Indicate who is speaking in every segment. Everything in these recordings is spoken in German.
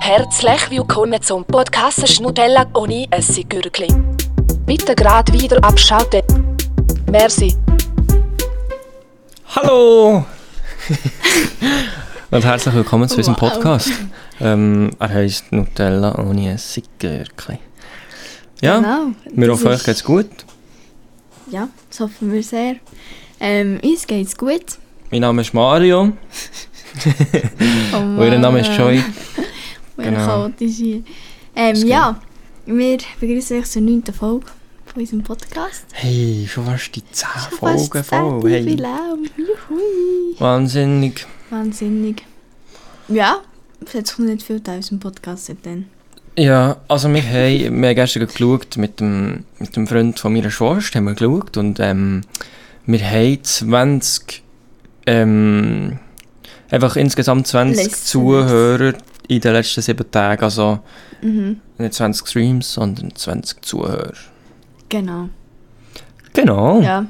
Speaker 1: herzlich willkommen zum Podcast Schnutella ohne Essiggürkli. Bitte gerade wieder abschalten. Merci.
Speaker 2: Hallo! Und herzlich willkommen zu unserem
Speaker 3: Wow.
Speaker 2: Podcast. Ähm, er heisst Nutella ohne Essiggürkli. Ja,
Speaker 3: Genau,
Speaker 2: wir
Speaker 3: das
Speaker 2: hoffen, euch
Speaker 3: ist-
Speaker 2: geht's gut.
Speaker 3: Ja, das hoffen wir sehr. Ähm, uns geht's gut.
Speaker 2: Mein Name ist Mario
Speaker 3: Oh
Speaker 2: und ihr Name ist Joy. genau.
Speaker 3: Genau. chaotisch hier. Ähm,
Speaker 2: geht.
Speaker 3: ja, wir begrüßen euch zur 9. Folge von unserem Podcast.
Speaker 2: Hey, schon fast die 10
Speaker 3: Fast
Speaker 2: Folgen voll.
Speaker 3: fertig, wie
Speaker 2: Hey.
Speaker 3: lahm. Juhui.
Speaker 2: Wahnsinnig.
Speaker 3: Wahnsinnig. Ja, es hat sich nicht viel getan, unserem Podcast seitdem.
Speaker 2: Ja, also wir haben, wir haben gestern geschaut mit dem, mit dem Freund von meiner Schwester, haben wir geschaut und ähm, wir haben 20, ähm, einfach insgesamt 20
Speaker 3: Listen.
Speaker 2: Zuhörer in den letzten sieben Tagen, also
Speaker 3: Mhm,
Speaker 2: nicht 20 Streams, sondern 20 Zuhörer.
Speaker 3: genau.
Speaker 2: Genau,
Speaker 3: Ja.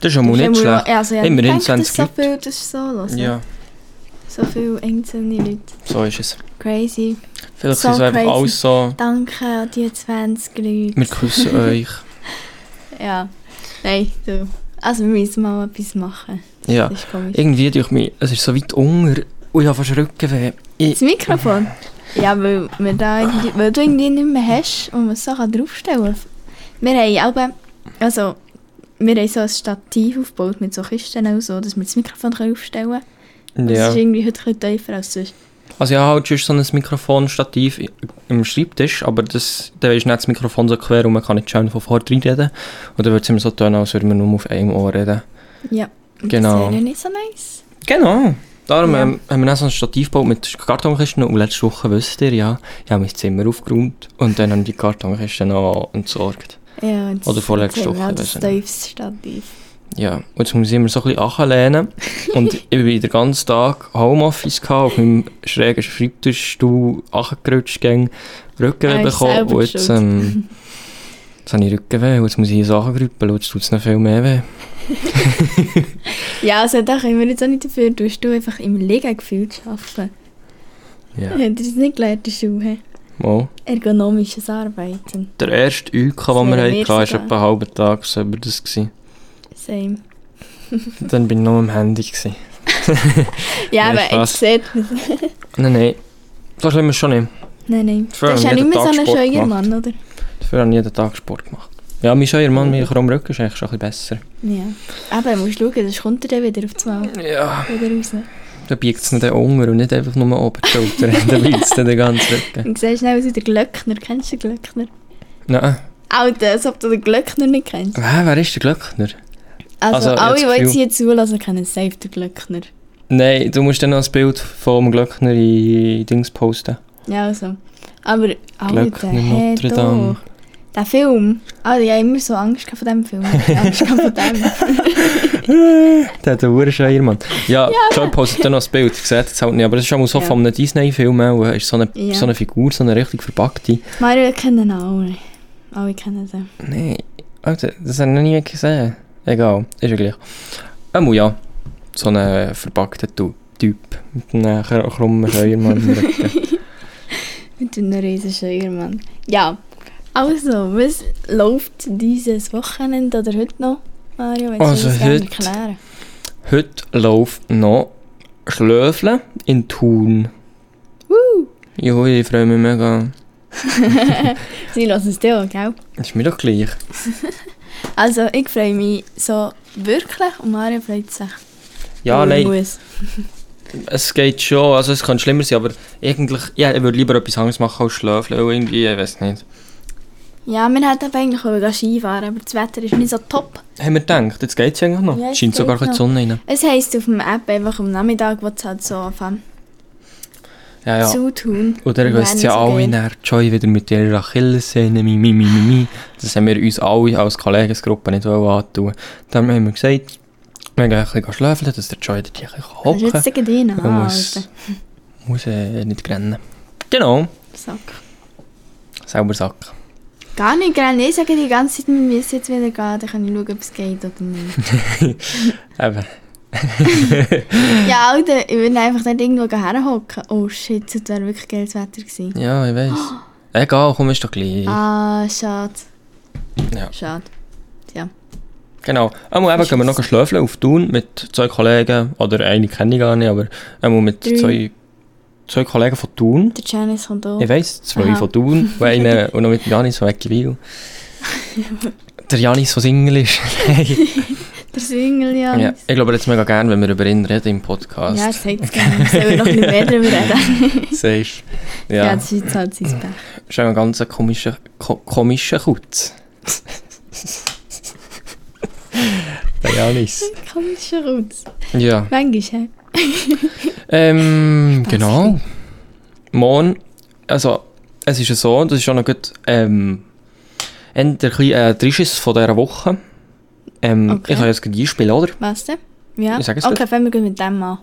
Speaker 2: das ist ja mal
Speaker 3: Das
Speaker 2: nicht
Speaker 3: ist immer-
Speaker 2: schlecht.
Speaker 3: Also, ja,
Speaker 2: Immerhin
Speaker 3: ich denke, dass
Speaker 2: 20
Speaker 3: so
Speaker 2: Leute.
Speaker 3: viel, das ist so los.
Speaker 2: Ja,
Speaker 3: So viele einzelne Leute.
Speaker 2: so ist es.
Speaker 3: Crazy. eh,
Speaker 2: Vielleicht
Speaker 3: So
Speaker 2: sind es einfach
Speaker 3: crazy.
Speaker 2: alles so,
Speaker 3: Danke an die 20 Leute.
Speaker 2: wir küssen euch.
Speaker 3: Ja, nein, du. Also wir müssen mal etwas machen.
Speaker 2: Ja,
Speaker 3: Das ist komisch.
Speaker 2: irgendwie durch mich, es ist so weit unter und ich habe fast Rückenweh. Ich,
Speaker 3: Das Mikrofon? Ja, weil, wir da irgendwie, weil du irgendwie nicht mehr hast und man es so kann draufstellen Wir haben aber, also, wir haben so ein Stativ aufgebaut mit so Kisten und so, dass wir das Mikrofon können aufstellen können. Das
Speaker 2: ja.
Speaker 3: ist irgendwie heute ein bisschen tiefer als sonst.
Speaker 2: Also ich habe halt sonst so ein Mikrofonstativ im Schreibtisch, aber das, da ist nicht das Mikrofon so quer und man kann nicht schön von vorne reinreden. Und dann würde es immer so tun, als würden wir nur auf einem Ohr reden.
Speaker 3: Ja. Und
Speaker 2: Genau.
Speaker 3: Das wäre nicht so nice.
Speaker 2: Genau. Darum
Speaker 3: Ja.
Speaker 2: ähm, haben wir dann so ein Stativ gebaut mit Kartonkisten und letzte Woche, wisst ihr ja, ich habe mein Zimmer aufgeräumt und dann haben die Kartonkisten noch entsorgt.
Speaker 3: Ja, und
Speaker 2: Oder vorletzte
Speaker 3: jetzt haben wir
Speaker 2: Woche,
Speaker 3: auch
Speaker 2: weiss ich
Speaker 3: Das
Speaker 2: nicht.
Speaker 3: tiefste Stativ.
Speaker 2: Ja, und jetzt muss ich immer so ein bisschen anlehnen und ich bin den ganzen Tag Homeoffice gehabt, auf meinem schrägen Schreibtischstuhl angerutscht, ging Rückenweh
Speaker 3: Ah, ist
Speaker 2: bekommen
Speaker 3: selber
Speaker 2: und jetzt,
Speaker 3: schuld.
Speaker 2: ähm, jetzt habe ich Rückenweh und jetzt muss ich hier Sachen grüppeln und jetzt tut es noch viel mehr weh.
Speaker 3: Ja, also da können wir jetzt auch nicht dafür, du hast du einfach im Liegen gefühlt arbeiten.
Speaker 2: Ja.
Speaker 3: Habt ihr das nicht gelernt in der Schule?
Speaker 2: Mal.
Speaker 3: Ergonomisches Arbeiten.
Speaker 2: Der erste UK, den
Speaker 3: wäre
Speaker 2: wir
Speaker 3: mir
Speaker 2: hatten, war etwa
Speaker 3: sogar.
Speaker 2: einen halben Tag so über das. Gewesen.
Speaker 3: Same.
Speaker 2: Dann bin ich noch am Handy. Gewesen.
Speaker 3: Ja,
Speaker 2: Nein,
Speaker 3: aber ich
Speaker 2: Spaß.
Speaker 3: seht man es.
Speaker 2: Nein, nein. So schlimm ist es schon nicht.
Speaker 3: Nein, nein.
Speaker 2: Vor
Speaker 3: Das ist ja
Speaker 2: allem
Speaker 3: nicht mehr
Speaker 2: jeden Tag
Speaker 3: so ein
Speaker 2: Sport
Speaker 3: Scheuermann, oder?
Speaker 2: Dafür habe ich jeden Tag Sport gemacht. Ja, mein Scheuermann, mein Krumm Rücken ist eigentlich schon ein bisschen
Speaker 3: Ja. Aber du musst schauen, sonst kommt er dann wieder auf das Mal.
Speaker 2: besser. Ja.
Speaker 3: Wieder raus.
Speaker 2: Da biegt es nicht unten und nicht einfach nur oben die Schulter. da biegt es den ganzen Rücken.
Speaker 3: Und siehst schnell aus wie der Glöckner. Kennst du den Glöckner?
Speaker 2: Nein.
Speaker 3: Alter, als ob du den Glöckner nicht kennst.
Speaker 2: Wer, wer ist der Glöckner? Also,
Speaker 3: Also,
Speaker 2: ich hab
Speaker 3: alle,
Speaker 2: das
Speaker 3: die jetzt
Speaker 2: Gefühl-
Speaker 3: hier zulassen, kennen safe den Glöckner.
Speaker 2: Nein, du musst dann noch ein Bild vom Glöckner in Dings posten.
Speaker 3: Ja, also. Aber, Alter,
Speaker 2: Glöckner
Speaker 3: hey,
Speaker 2: Notre Dame.
Speaker 3: doch. Der Film. Alter, ich habe immer so Angst gehabt von diesem Film. Ich hab Angst gehabt von dem.
Speaker 2: Der hat einen Uhrenschreier, Mann. Ja, Joy postet dann noch ein Bild. Ich sehe jetzt halt nicht, aber das ist schon mal so
Speaker 3: Ja.
Speaker 2: von einem Disney-Film. auch. Ist so eine,
Speaker 3: Ja.
Speaker 2: so eine Figur, so eine richtig verpackte.
Speaker 3: Mario kennen alle. Alle kennen den.
Speaker 2: Nein, Alter, das habe ich noch nie gesehen. Egal, ist ja gleich. Ähm, ja, so ein äh, verpackter Tu- Typ mit einem kr- krummen Scheuermann im Rücken.
Speaker 3: Mit einem riesen Scheuermann. Ja, also, was läuft dieses Wochenende oder heute noch? Mario, willst du
Speaker 2: Also,
Speaker 3: das gerne
Speaker 2: heute-
Speaker 3: erklären?
Speaker 2: Heute läuft noch Schlöfle in Thun. Woo! Juhu, ich freue mich mega.
Speaker 3: Sie lassen es dir auch, gell?
Speaker 2: Ist mir doch gleich.
Speaker 3: Also, ich freue mich so wirklich und Mario freut sich.
Speaker 2: Ja,
Speaker 3: Weil er
Speaker 2: nein,
Speaker 3: muss.
Speaker 2: es geht schon. Also es kann schlimmer sein, aber eigentlich, ja, ich würde lieber etwas anderes machen als Schlöfle. weil Irgendwie, ich weiß nicht.
Speaker 3: Ja, wir hätten aber eigentlich auch Skifahren aber das Wetter ist nicht so top.
Speaker 2: Haben wir gedacht, jetzt geht es eigentlich noch.
Speaker 3: Ja,
Speaker 2: Es
Speaker 3: jetzt
Speaker 2: Scheint sogar ein
Speaker 3: geht's
Speaker 2: bisschen die Sonne rein.
Speaker 3: Es heisst auf dem App einfach am Nachmittag, wo es halt so anfängt
Speaker 2: Ja, ja.
Speaker 3: zu tun.
Speaker 2: Und dann
Speaker 3: Wäre
Speaker 2: wisst
Speaker 3: nicht
Speaker 2: ja
Speaker 3: so
Speaker 2: alle,
Speaker 3: geil.
Speaker 2: dann Joy wieder mit ihrer Achillessehne, mi, mi, mi, mi, mi. Das haben wir uns alle als Kollegensgruppe nicht wollen antun. Dann haben wir gesagt, wir gehen ein bisschen schlafen, dass der Joy dort ein bisschen
Speaker 3: Das ist
Speaker 2: hocken kann.
Speaker 3: jetzt gegen dich,
Speaker 2: Man muss,
Speaker 3: Alter.
Speaker 2: muss äh, nicht rennen. Genau,
Speaker 3: Sack.
Speaker 2: selber Sack.
Speaker 3: Gar nicht, gerne. Ich sage die ganze Zeit, wir müssen jetzt wieder gehen, dann kann ich schauen, ob es geht oder nicht.
Speaker 2: Eben.
Speaker 3: Ja, Alter, ich würde einfach nicht irgendwo herhocken. Oh shit, das wäre wirklich geiles Wetter gewesen.
Speaker 2: Ja, ich weiß. Egal, komm, ist doch gleich.
Speaker 3: Ah, schade.
Speaker 2: Ja.
Speaker 3: Schade.
Speaker 2: Genau. Einmal eben
Speaker 3: Ist
Speaker 2: gehen wir noch schlafen auf Thun mit zwei Kollegen, oder eine kenne ich gar nicht, aber einmal mit
Speaker 3: Drei.
Speaker 2: zwei, zwei Kollegen von Thun.
Speaker 3: Der Janice kommt auch.
Speaker 2: Ich weiss, zwei
Speaker 3: Aha.
Speaker 2: von Thun, weil eine, und noch mit dem Janis von Eckiwil. Der Janis von Singel ist.
Speaker 3: Der Single, ja.
Speaker 2: ja,
Speaker 3: Ja,
Speaker 2: ich glaube, jetzt mega gerne, wenn wir über ihn reden im Podcast.
Speaker 3: ja zeigt es gerne. Wir sollen noch ein bisschen mehr darüber reden.
Speaker 2: Safe.
Speaker 3: Ja.
Speaker 2: Ja,
Speaker 3: das ist jetzt halt sein Pech.
Speaker 2: ist auch ein ganz komischer, ko komischer Kutz. Der Janis.
Speaker 3: Komischer Rutz.
Speaker 2: Ja.
Speaker 3: Manchmal, hä?
Speaker 2: Ähm,
Speaker 3: Spaß.
Speaker 2: genau. Morgen, also es ist ja so, das ist schon noch gut, ähm, entweder ein bisschen äh, Trisches von dieser Woche. Ähm,
Speaker 3: Okay.
Speaker 2: Ich kann jetzt gleich einspielen, oder?
Speaker 3: Was denn? Ja.
Speaker 2: Ich sag es
Speaker 3: okay, fangen wir gleich mit dem an.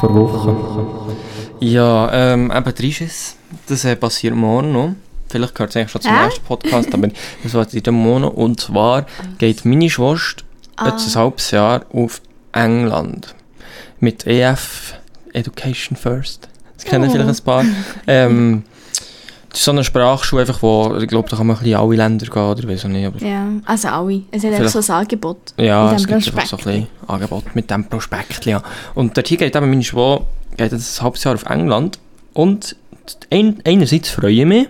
Speaker 2: Vor Woche. Ja, ähm, eben Trisches, das äh, passiert morgen noch. Vielleicht gehört es eigentlich schon zum
Speaker 3: Äh?
Speaker 2: ersten Podcast, aber das war in dem Monat. Und zwar geht meine Schwester
Speaker 3: Ah.
Speaker 2: jetzt ein halbes Jahr auf England. Mit EF, Education First. Das kennen
Speaker 3: Oh.
Speaker 2: vielleicht ein paar. Ähm, das ist so eine Sprachschule, einfach, wo, ich glaube, da kann man ein bisschen in alle Länder gehen, oder weiß auch nicht. Aber
Speaker 3: Ja, also alle. Es hat
Speaker 2: Vielleicht-
Speaker 3: einfach so ein Angebot.
Speaker 2: ja,
Speaker 3: Mit
Speaker 2: es
Speaker 3: dem
Speaker 2: gibt einfach so ein bisschen Angebot mit dem Prospekt, ja. Und dort hier geht eben meine Schwester, geht jetzt ein halbes Jahr auf England und ein, einerseits freue ich mich,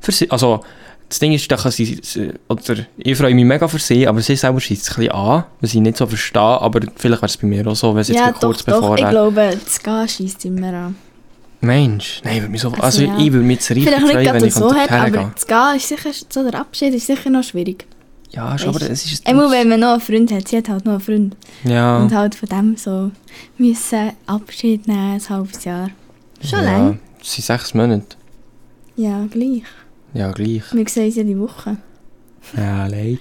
Speaker 2: für sie, also das Ding ist, da kann sie, sie- oder ich freue mich mega für sie, aber sie selber schießt es ein bisschen an, weil sie nicht so verstehe, aber vielleicht wäre es bei mir auch so, wenn sie jetzt
Speaker 3: Ja,
Speaker 2: gerade kurz
Speaker 3: doch, doch.
Speaker 2: bevor...
Speaker 3: Ich
Speaker 2: er-
Speaker 3: glaube, das Gehen scheisst immer an.
Speaker 2: Mensch, nein, würde mich so, also,
Speaker 3: Also ja.
Speaker 2: ich würde mich jetzt richtig
Speaker 3: Vielleicht nicht
Speaker 2: freuen, wenn
Speaker 3: gerade
Speaker 2: ich
Speaker 3: so hat,
Speaker 2: dorthin
Speaker 3: aber
Speaker 2: gehe.
Speaker 3: das Gehen ist sicher, so der Abschied ist sicher noch schwierig.
Speaker 2: Ja, ist aber es ist... Ah.
Speaker 3: Einmal, wenn man noch einen Freund hat, sie hat halt noch einen Freund.
Speaker 2: ja.
Speaker 3: Und halt von dem so müssen Abschied nehmen, ein halbes Jahr. Schon
Speaker 2: ja.
Speaker 3: lang.
Speaker 2: Es sind sechs Monate.
Speaker 3: Ja, gleich.
Speaker 2: Ja, gleich.
Speaker 3: Wir sehen uns jede Woche.
Speaker 2: Ja, leider.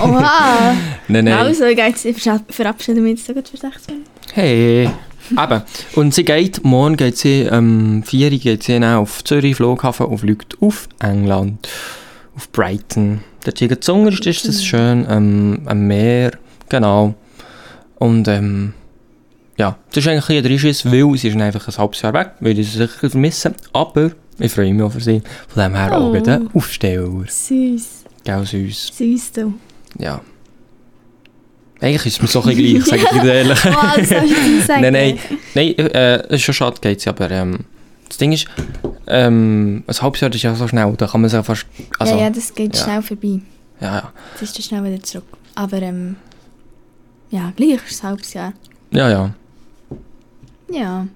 Speaker 3: Oha!
Speaker 2: Nein, nein.
Speaker 3: Also, ich gehe jetzt- ich verabschiede- verabschiede mich jetzt sogar für 16.
Speaker 2: Hey. Eben. Und sie geht, morgen geht sie, ähm, 4 Uhr geht sie dann auf Zürich Flughafen und fliegt auf England, auf Brighton. Dort hier gerade zuunterst ist das schön, ähm, am Meer, genau. Und ähm, ja, das ist eigentlich ein Rischiss, weil sie ist dann einfach ein halbes Jahr weg, würde ich sie sicher vermissen, aber ich freue mich auch für sie. Von dem her auch
Speaker 3: Oh.
Speaker 2: wieder Aufsteller,
Speaker 3: Süß.
Speaker 2: gell süß,
Speaker 3: Süß du.
Speaker 2: ja. Eigentlich ist es mir so ein bisschen gleich, sage ich dir ehrlich.
Speaker 3: Wow, das soll ich nicht sagen.
Speaker 2: Nein, nein, nein, äh, es ist schon schade, geht's, aber ähm, das Ding ist, ähm, ein halbes Jahr ist ja so schnell, da kann man sich fast, also,
Speaker 3: ja,
Speaker 2: ja,
Speaker 3: ja, das geht
Speaker 2: ja.
Speaker 3: schnell vorbei.
Speaker 2: ja, ja,
Speaker 3: Das ist dann schnell wieder zurück. Aber ähm, ja, gleich ist es ein halbes Jahr.
Speaker 2: ja, ja,
Speaker 3: Ja.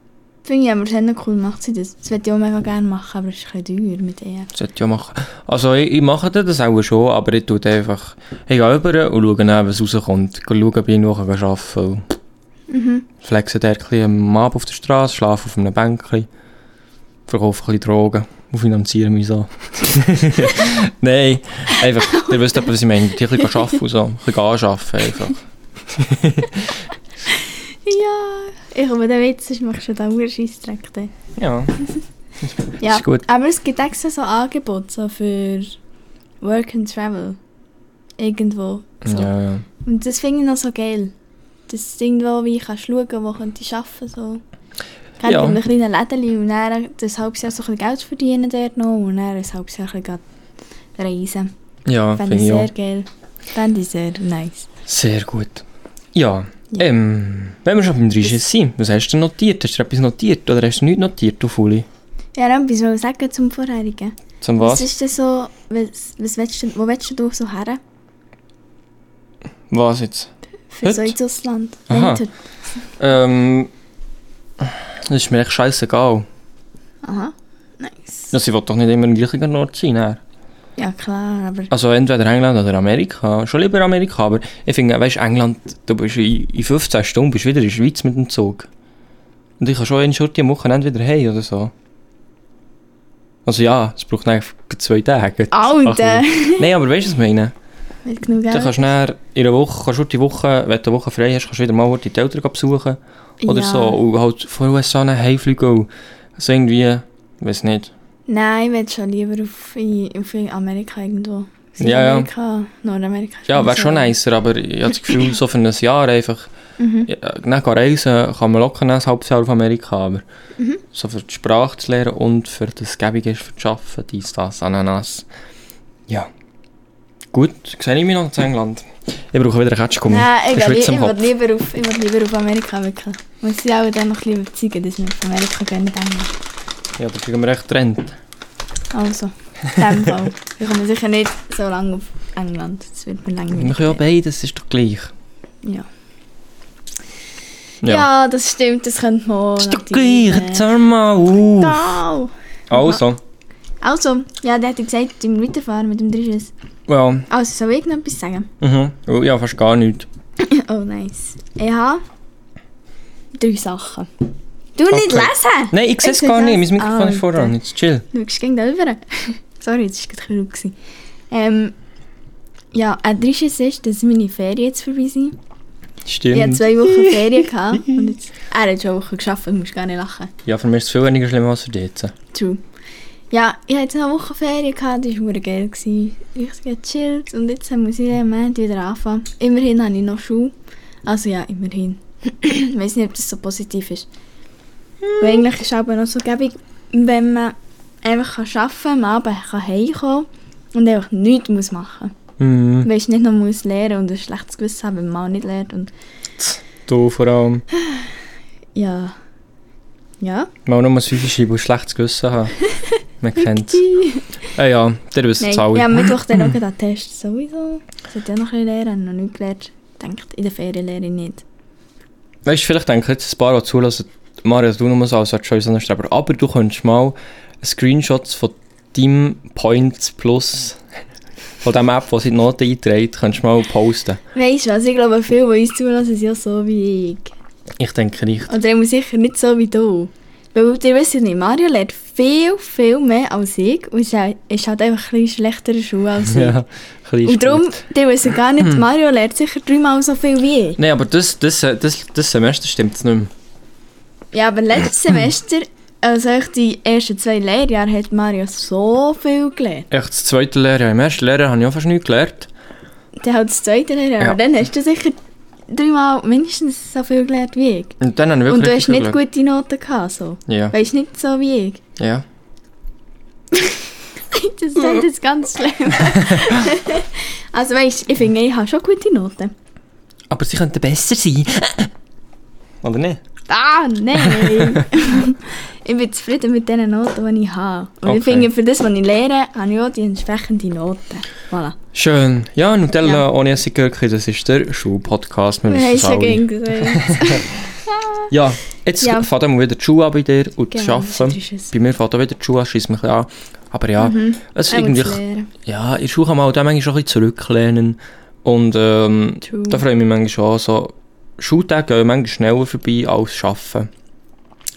Speaker 3: Finde ich aber sehr cool, macht sie das. Das würde ich auch mega gerne machen, aber es ist ein bisschen teuer mit ihr.
Speaker 2: das sollte ich ja machen. Also, ich, ich mache das auch schon, aber ich tue einfach, ich gehe rüber und schaue dann, was rauskommt, Ich schaue, ob ich noch arbeiten kann. und
Speaker 3: Mhm.
Speaker 2: Flexe dort ein bisschen am Abend auf der Straße, schlafe auf einem Bänkchen, verkaufe ein bisschen Drogen und finanziere mich so. Nein, einfach, ihr wisst etwa, was ich meine, die ein bisschen arbeiten und so, ein bisschen anschaffen einfach.
Speaker 3: Ja. Ich habe den Witz, sonst machst du da einen Scheissdreck. dann.
Speaker 2: Ja.
Speaker 3: Ja.
Speaker 2: Ist gut.
Speaker 3: Aber es gibt extra so Angebote so für Work and Travel. Irgendwo. So.
Speaker 2: Ja, ja.
Speaker 3: Und das finde ich noch so geil. Dass du irgendwo wie kannst schauen wo könnte ich arbeiten so. Gell,
Speaker 2: Ja.
Speaker 3: in einem kleinen Läden und dann das halbes Jahr so ein bisschen Geld verdienen dort noch und dann ein halbes Jahr ein bisschen grad reisen.
Speaker 2: Ja,
Speaker 3: Fände
Speaker 2: finde
Speaker 3: ich
Speaker 2: ich
Speaker 3: sehr
Speaker 2: auch.
Speaker 3: geil. Fände ich sehr nice.
Speaker 2: Sehr gut. Ja.
Speaker 3: Ja.
Speaker 2: Ähm, wenn wir schon beim Regis sind, was hast du denn notiert? Hast du etwas notiert oder hast du nichts notiert, du Fuli?
Speaker 3: Ja, dann etwas wollte ich sagen zum Vorherigen.
Speaker 2: Zum
Speaker 3: Was
Speaker 2: was?
Speaker 3: ist denn so, was, was willst du, wo willst du so her?
Speaker 2: Was jetzt?
Speaker 3: Für so
Speaker 2: Heute?
Speaker 3: ins Ausland?
Speaker 2: Aha.
Speaker 3: Nicht heute.
Speaker 2: Ähm, das ist mir echt scheißegal.
Speaker 3: Aha. Nice.
Speaker 2: Ja, sie will doch nicht immer im gleichen Ort sein. ne? dann.
Speaker 3: Ja, klar, aber
Speaker 2: Also entweder England oder Amerika. Schon lieber Amerika, aber ich finde, weißt England, du bist in, in 15 Stunden bist wieder in der Schweiz mit dem Zug. Und ich kann schon einen Schurti am Wochenende wieder heim oder so. Also ja, es braucht eigentlich zwei Tage.
Speaker 3: Alter!
Speaker 2: Ach, Nein, aber weißt du, was ich meine?
Speaker 3: Nicht genug
Speaker 2: Du
Speaker 3: Geld.
Speaker 2: kannst dann in einer Woche, kannst du die Woche, wenn du eine Woche frei hast, kannst du wieder mal die Eltern gehen besuchen oder
Speaker 3: Ja.
Speaker 2: so. Und halt von den USA nach Hause fliegen. und So irgendwie, ich weiß nicht.
Speaker 3: Nein, ich will schon lieber auf, in, auf in Amerika irgendwo. Südamerika, Nordamerika.
Speaker 2: Ja, wäre
Speaker 3: so.
Speaker 2: schon nicer, aber ich habe das Gefühl, so für ein Jahr einfach
Speaker 3: Mhm.
Speaker 2: ja, nicht reisen kann man locker nehmen, ein halbes Jahr auf Amerika, aber
Speaker 3: Mhm.
Speaker 2: so für die Sprache zu lernen und für das Gäbige ist, für das Arbeiten, dies, das, Ananas. Ja. Gut, sehe ich mich noch in England. Ich brauche wieder einen Ketschgummi.
Speaker 3: Nein,
Speaker 2: Ich
Speaker 3: ich, will,
Speaker 2: schwitze
Speaker 3: ich,
Speaker 2: am
Speaker 3: will
Speaker 2: Kopf.
Speaker 3: lieber auf, ich will lieber auf Amerika wirklich. Muss ich auch dann noch ein bisschen überzeugen, dass wir auf Amerika gehen mit England.
Speaker 2: Ja, da kriegen wir echt Trend.
Speaker 3: Also, in dem Fall. Wir kommen sicher nicht so lange auf England. Das wird mir
Speaker 2: Wir
Speaker 3: langweilig.
Speaker 2: können ja beides, ist doch gleich.
Speaker 3: Ja.
Speaker 2: Ja.
Speaker 3: ja, das stimmt, das könnte man
Speaker 2: ist doch
Speaker 3: natürlich,
Speaker 2: gleich,
Speaker 3: äh,
Speaker 2: jetzt hör mal auf.
Speaker 3: Genau.
Speaker 2: Also,
Speaker 3: Also, ja, der hat ja gesagt, dass wir weiterfahren mit dem Drisches.
Speaker 2: ja,
Speaker 3: Also, soll ich noch etwas sagen?
Speaker 2: mhm. Oh, ja, fast gar nichts.
Speaker 3: Oh, nice. Ich habe drei Sachen. Du
Speaker 2: Okay.
Speaker 3: nicht lesen!
Speaker 2: Nein, ich sehe es
Speaker 3: Ich
Speaker 2: gar
Speaker 3: sehe
Speaker 2: nicht,
Speaker 3: das. Ah,
Speaker 2: mein Mikrofon ist
Speaker 3: Alter.
Speaker 2: voran, jetzt chill.
Speaker 3: Du schaust gegen da rüber. Sorry, das war gerade laut. gewesen. Ähm, ja, ein Drisches ist, dass meine Ferien jetzt vorbei sind. Ich hatte
Speaker 2: Stimmt.
Speaker 3: zwei Wochen Ferien gehabt und jetzt, er hat schon eine Woche geschafft, du musst gar nicht lachen.
Speaker 2: Ja, für mich ist es viel weniger schlimm als für dich jetzt.
Speaker 3: True. Ja, ich hatte eine Woche Ferien, gehabt, das war mega geil. gewesen. Richtig gechillt und jetzt muss ich am Montag wieder anfangen. Immerhin habe ich noch Schule. Also ja, immerhin. ich weiß nicht, ob das so positiv ist. Weil eigentlich ist es aber noch so gäbig, wenn man einfach kann arbeiten kann, am Abend kann heimkommen und einfach nichts muss machen
Speaker 2: Mhm.
Speaker 3: muss. Weil ich nicht noch muss lernen und ein schlechtes Gewissen haben, wenn man auch nicht lernt. Und
Speaker 2: Du vor allem.
Speaker 3: ja. Ja.
Speaker 2: Mal nur mal Fünfe schreiben und schlechtes Gewissen haben. Man kennt es. Äh, ja, der wisst es
Speaker 3: Nein,
Speaker 2: alle.
Speaker 3: ja, Mittwoch dann auch gerade einen Test sowieso. Sollte ja noch ein bisschen lernen, noch nicht gelernt. Denkt, in der Ferien lerne ich nicht.
Speaker 2: Weißt du, vielleicht denken jetzt ein paar, die zulassen, Mario, du nur so als Choice anders aber, aber du könntest mal Screenshots von deinem Points Plus, von dem App, die sie in die Noten einträgt, könntest du mal posten.
Speaker 3: Weißt du was, ich glaube, viele, die uns zulassen, sind ja so wie ich.
Speaker 2: Ich denke nicht.
Speaker 3: Oder eben sicher nicht so wie du. Weil ihr wisst ja nicht, Mario lernt viel, viel mehr als ich und ist halt ist halt einfach ein bisschen schlechterer Schuh als ich.
Speaker 2: Ja, ein bisschen
Speaker 3: und darum,
Speaker 2: Sport.
Speaker 3: ihr wisst ja gar nicht, Mario lernt sicher dreimal so viel wie ich.
Speaker 2: Nein, aber das, das, äh, das, das Semester stimmt es nicht mehr.
Speaker 3: Ja, aber letztes Semester, also echt die ersten zwei Lehrjahre, hat Mario so viel gelernt.
Speaker 2: Echt, das zweite Lehrjahr. Im ersten Lehrjahr habe ich auch fast nichts gelernt.
Speaker 3: Dann halt das zweite Lehrjahr.
Speaker 2: Ja.
Speaker 3: Aber dann hast du sicher dreimal mindestens so viel gelernt wie ich.
Speaker 2: Und dann habe ich wirklich
Speaker 3: Und du hast
Speaker 2: richtig
Speaker 3: nicht
Speaker 2: Glück.
Speaker 3: gute Noten gehabt, so.
Speaker 2: Ja,
Speaker 3: Weißt du, nicht so wie ich.
Speaker 2: ja.
Speaker 3: Das klingt jetzt ganz schlimm. also weißt du, ich finde, ich habe schon gute Noten.
Speaker 2: Aber sie könnten besser sein. Oder nicht?
Speaker 3: Ah, nein! ich bin zufrieden mit den Noten, die ich habe. Und
Speaker 2: Okay.
Speaker 3: ich finde, für das, was ich lehre, habe ich auch die entsprechende Noten. Voilà.
Speaker 2: Schön. Ja, Nutella
Speaker 3: Ja.
Speaker 2: ohne Essigürkli, das ist der Schuh-Podcast. Wir
Speaker 3: Wir
Speaker 2: wissen
Speaker 3: haben
Speaker 2: es
Speaker 3: schon
Speaker 2: alle.
Speaker 3: gegen gesagt.
Speaker 2: Ja, jetzt
Speaker 3: Ja.
Speaker 2: fängt auch mal wieder die Schuhe an bei dir und zu
Speaker 3: Genau, das
Speaker 2: arbeiten.
Speaker 3: ist es. Mhm.
Speaker 2: Bei mir fängt auch wieder die Schuhe an, scheisst mich ein bisschen an. Aber ja, es ist
Speaker 3: Auch mit
Speaker 2: irgendwie...
Speaker 3: Lehren.
Speaker 2: Ja, in der Schule kann man auch manchmal schon ein bisschen zurücklehnen. Und ähm,
Speaker 3: True.
Speaker 2: da freue ich mich manchmal schon. So, Schultage gehen manchmal schneller vorbei als Arbeiten.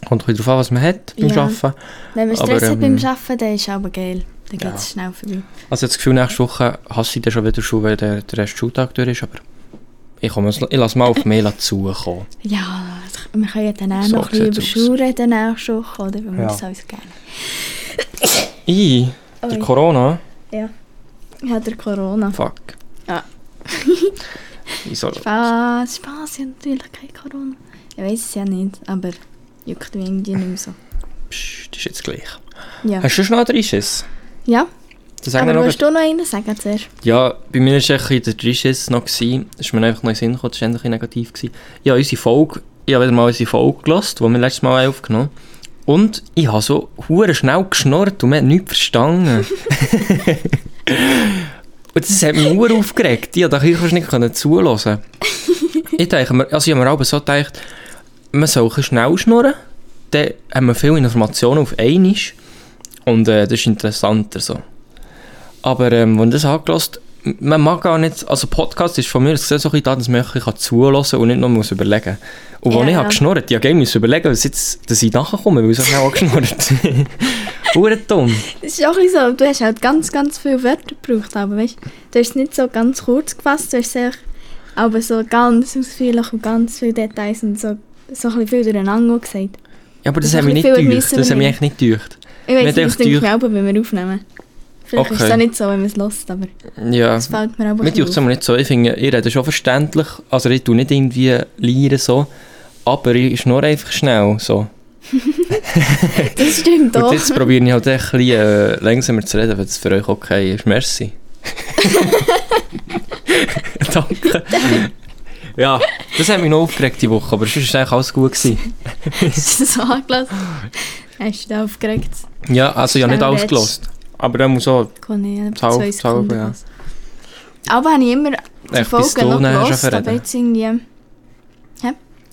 Speaker 2: Kommt ein bisschen darauf an, was man hat beim
Speaker 3: Ja.
Speaker 2: Arbeiten.
Speaker 3: Wenn man
Speaker 2: Aber,
Speaker 3: Stress hat
Speaker 2: ähm,
Speaker 3: beim Arbeiten, dann ist es aber geil. Dann geht es schnell vorbei.
Speaker 2: Also ich habe das Gefühl, nächste Woche hasse ich dann schon wieder Schule, weil der, der Rest Schultag durch ist, aber ich, komme, ich lasse mal auf Mela zukommen.
Speaker 3: Ja, das- wir können ja dann auch
Speaker 2: So
Speaker 3: noch ein
Speaker 2: sieht's
Speaker 3: bisschen über Schuhe reden, auch schon, oder? Wenn wir
Speaker 2: Ja.
Speaker 3: das alles gerne.
Speaker 2: I, der
Speaker 3: Oi.
Speaker 2: Corona?
Speaker 3: Ich habe Corona.
Speaker 2: Fuck.
Speaker 3: Ja.
Speaker 2: ich soll,
Speaker 3: Spaß, Ah, Spaß, ich habe natürlich kein Corona. Ich weiß es ja nicht, aber juckt mich irgendwie nicht mehr so.
Speaker 2: psch, das ist jetzt gleich.
Speaker 3: Ja,
Speaker 2: Hast du schon noch einen Drischiss?
Speaker 3: ja
Speaker 2: Das sagen wir
Speaker 3: aber
Speaker 2: Äh, noch
Speaker 3: willst du noch einen sagen zuerst?
Speaker 2: Ja, bei mir war es ein bisschen der Drischiss noch. gewesen. Das ist mir einfach noch in den Sinn gekommen, das war ein bisschen negativ. gewesen. Ja, unsere Folge, ich habe wieder mal unsere Folge gehört, die wir letztes Mal haben aufgenommen Und ich habe so hure schnell geschnurrt und man hat nichts verstanden. und das hat mich hure aufgeregt. Ich konnte da nicht können zuhören. Ich denke mir, also ich habe mir aber so gedacht, man soll ein bisschen schnell schnurren, dann haben wir viele Informationen auf einmal und äh, das ist interessanter so. Aber ähm, wenn das angelassen man mag gar nicht, also Podcast ist von mir aus gesehen so ein bisschen da, dass man ein bisschen zuhören kann und nicht nur muss überlegen muss. Und
Speaker 3: Ja,
Speaker 2: als ich
Speaker 3: ja.
Speaker 2: habe geschnurrt, ja, ich musste überlegen, was jetzt, dass ich nachkomme, weil ich so schnell angeschnurrt habe. Hure dumm.
Speaker 3: Es ist auch ein bisschen so, du hast halt ganz, ganz viele Wörter gebraucht, aber weißt du, du hast es nicht so ganz kurz gefasst, du hast es einfach- aber so ganz ausführlich und ganz viele Details und so, so ein bisschen viel durcheinander gesagt.
Speaker 2: Ja, aber das
Speaker 3: Das
Speaker 2: hat mich
Speaker 3: ist
Speaker 2: nicht
Speaker 3: ein bisschen
Speaker 2: gedacht. Das hat mich
Speaker 3: übermessen
Speaker 2: echt nicht gedacht.
Speaker 3: Ich
Speaker 2: Mir
Speaker 3: weiß nicht, das
Speaker 2: denkt,
Speaker 3: denke ich
Speaker 2: durch-
Speaker 3: mir auch, wenn wir aufnehmen. Vielleicht ist es
Speaker 2: Okay. Mhm.
Speaker 3: auch nicht so, wenn man es hört, aber
Speaker 2: Ja.
Speaker 3: das fällt mir auch
Speaker 2: Mir tut es immer nicht so. Ich finde, ihr redet schon verständlich. Also ich tue nicht irgendwie lieren so. Aber ich schnurre einfach schnell so.
Speaker 3: Das stimmt
Speaker 2: Und
Speaker 3: doch.
Speaker 2: jetzt probiere ich halt echt ein bisschen äh, langsamer zu reden, wenn es für euch okay ist. Merci. Danke. ja, das hat mich noch aufgeregt die Woche, aber sonst war eigentlich alles gut. Gewesen.
Speaker 3: Hast du das angelassen? Hast du dich aufgeregt?
Speaker 2: Ja, also ich habe nicht
Speaker 3: Schnell
Speaker 2: alles
Speaker 3: redest.
Speaker 2: gelost. Aber dann muss auch
Speaker 3: Kann ich etwa
Speaker 2: Taub-
Speaker 3: zwei Sekunden.
Speaker 2: taub, ja.
Speaker 3: was. Aber habe ich immer die
Speaker 2: Echt, bis
Speaker 3: Folge
Speaker 2: du
Speaker 3: noch
Speaker 2: nachher
Speaker 3: gehört,
Speaker 2: schon
Speaker 3: aber
Speaker 2: reden.
Speaker 3: jetzt irgendwie...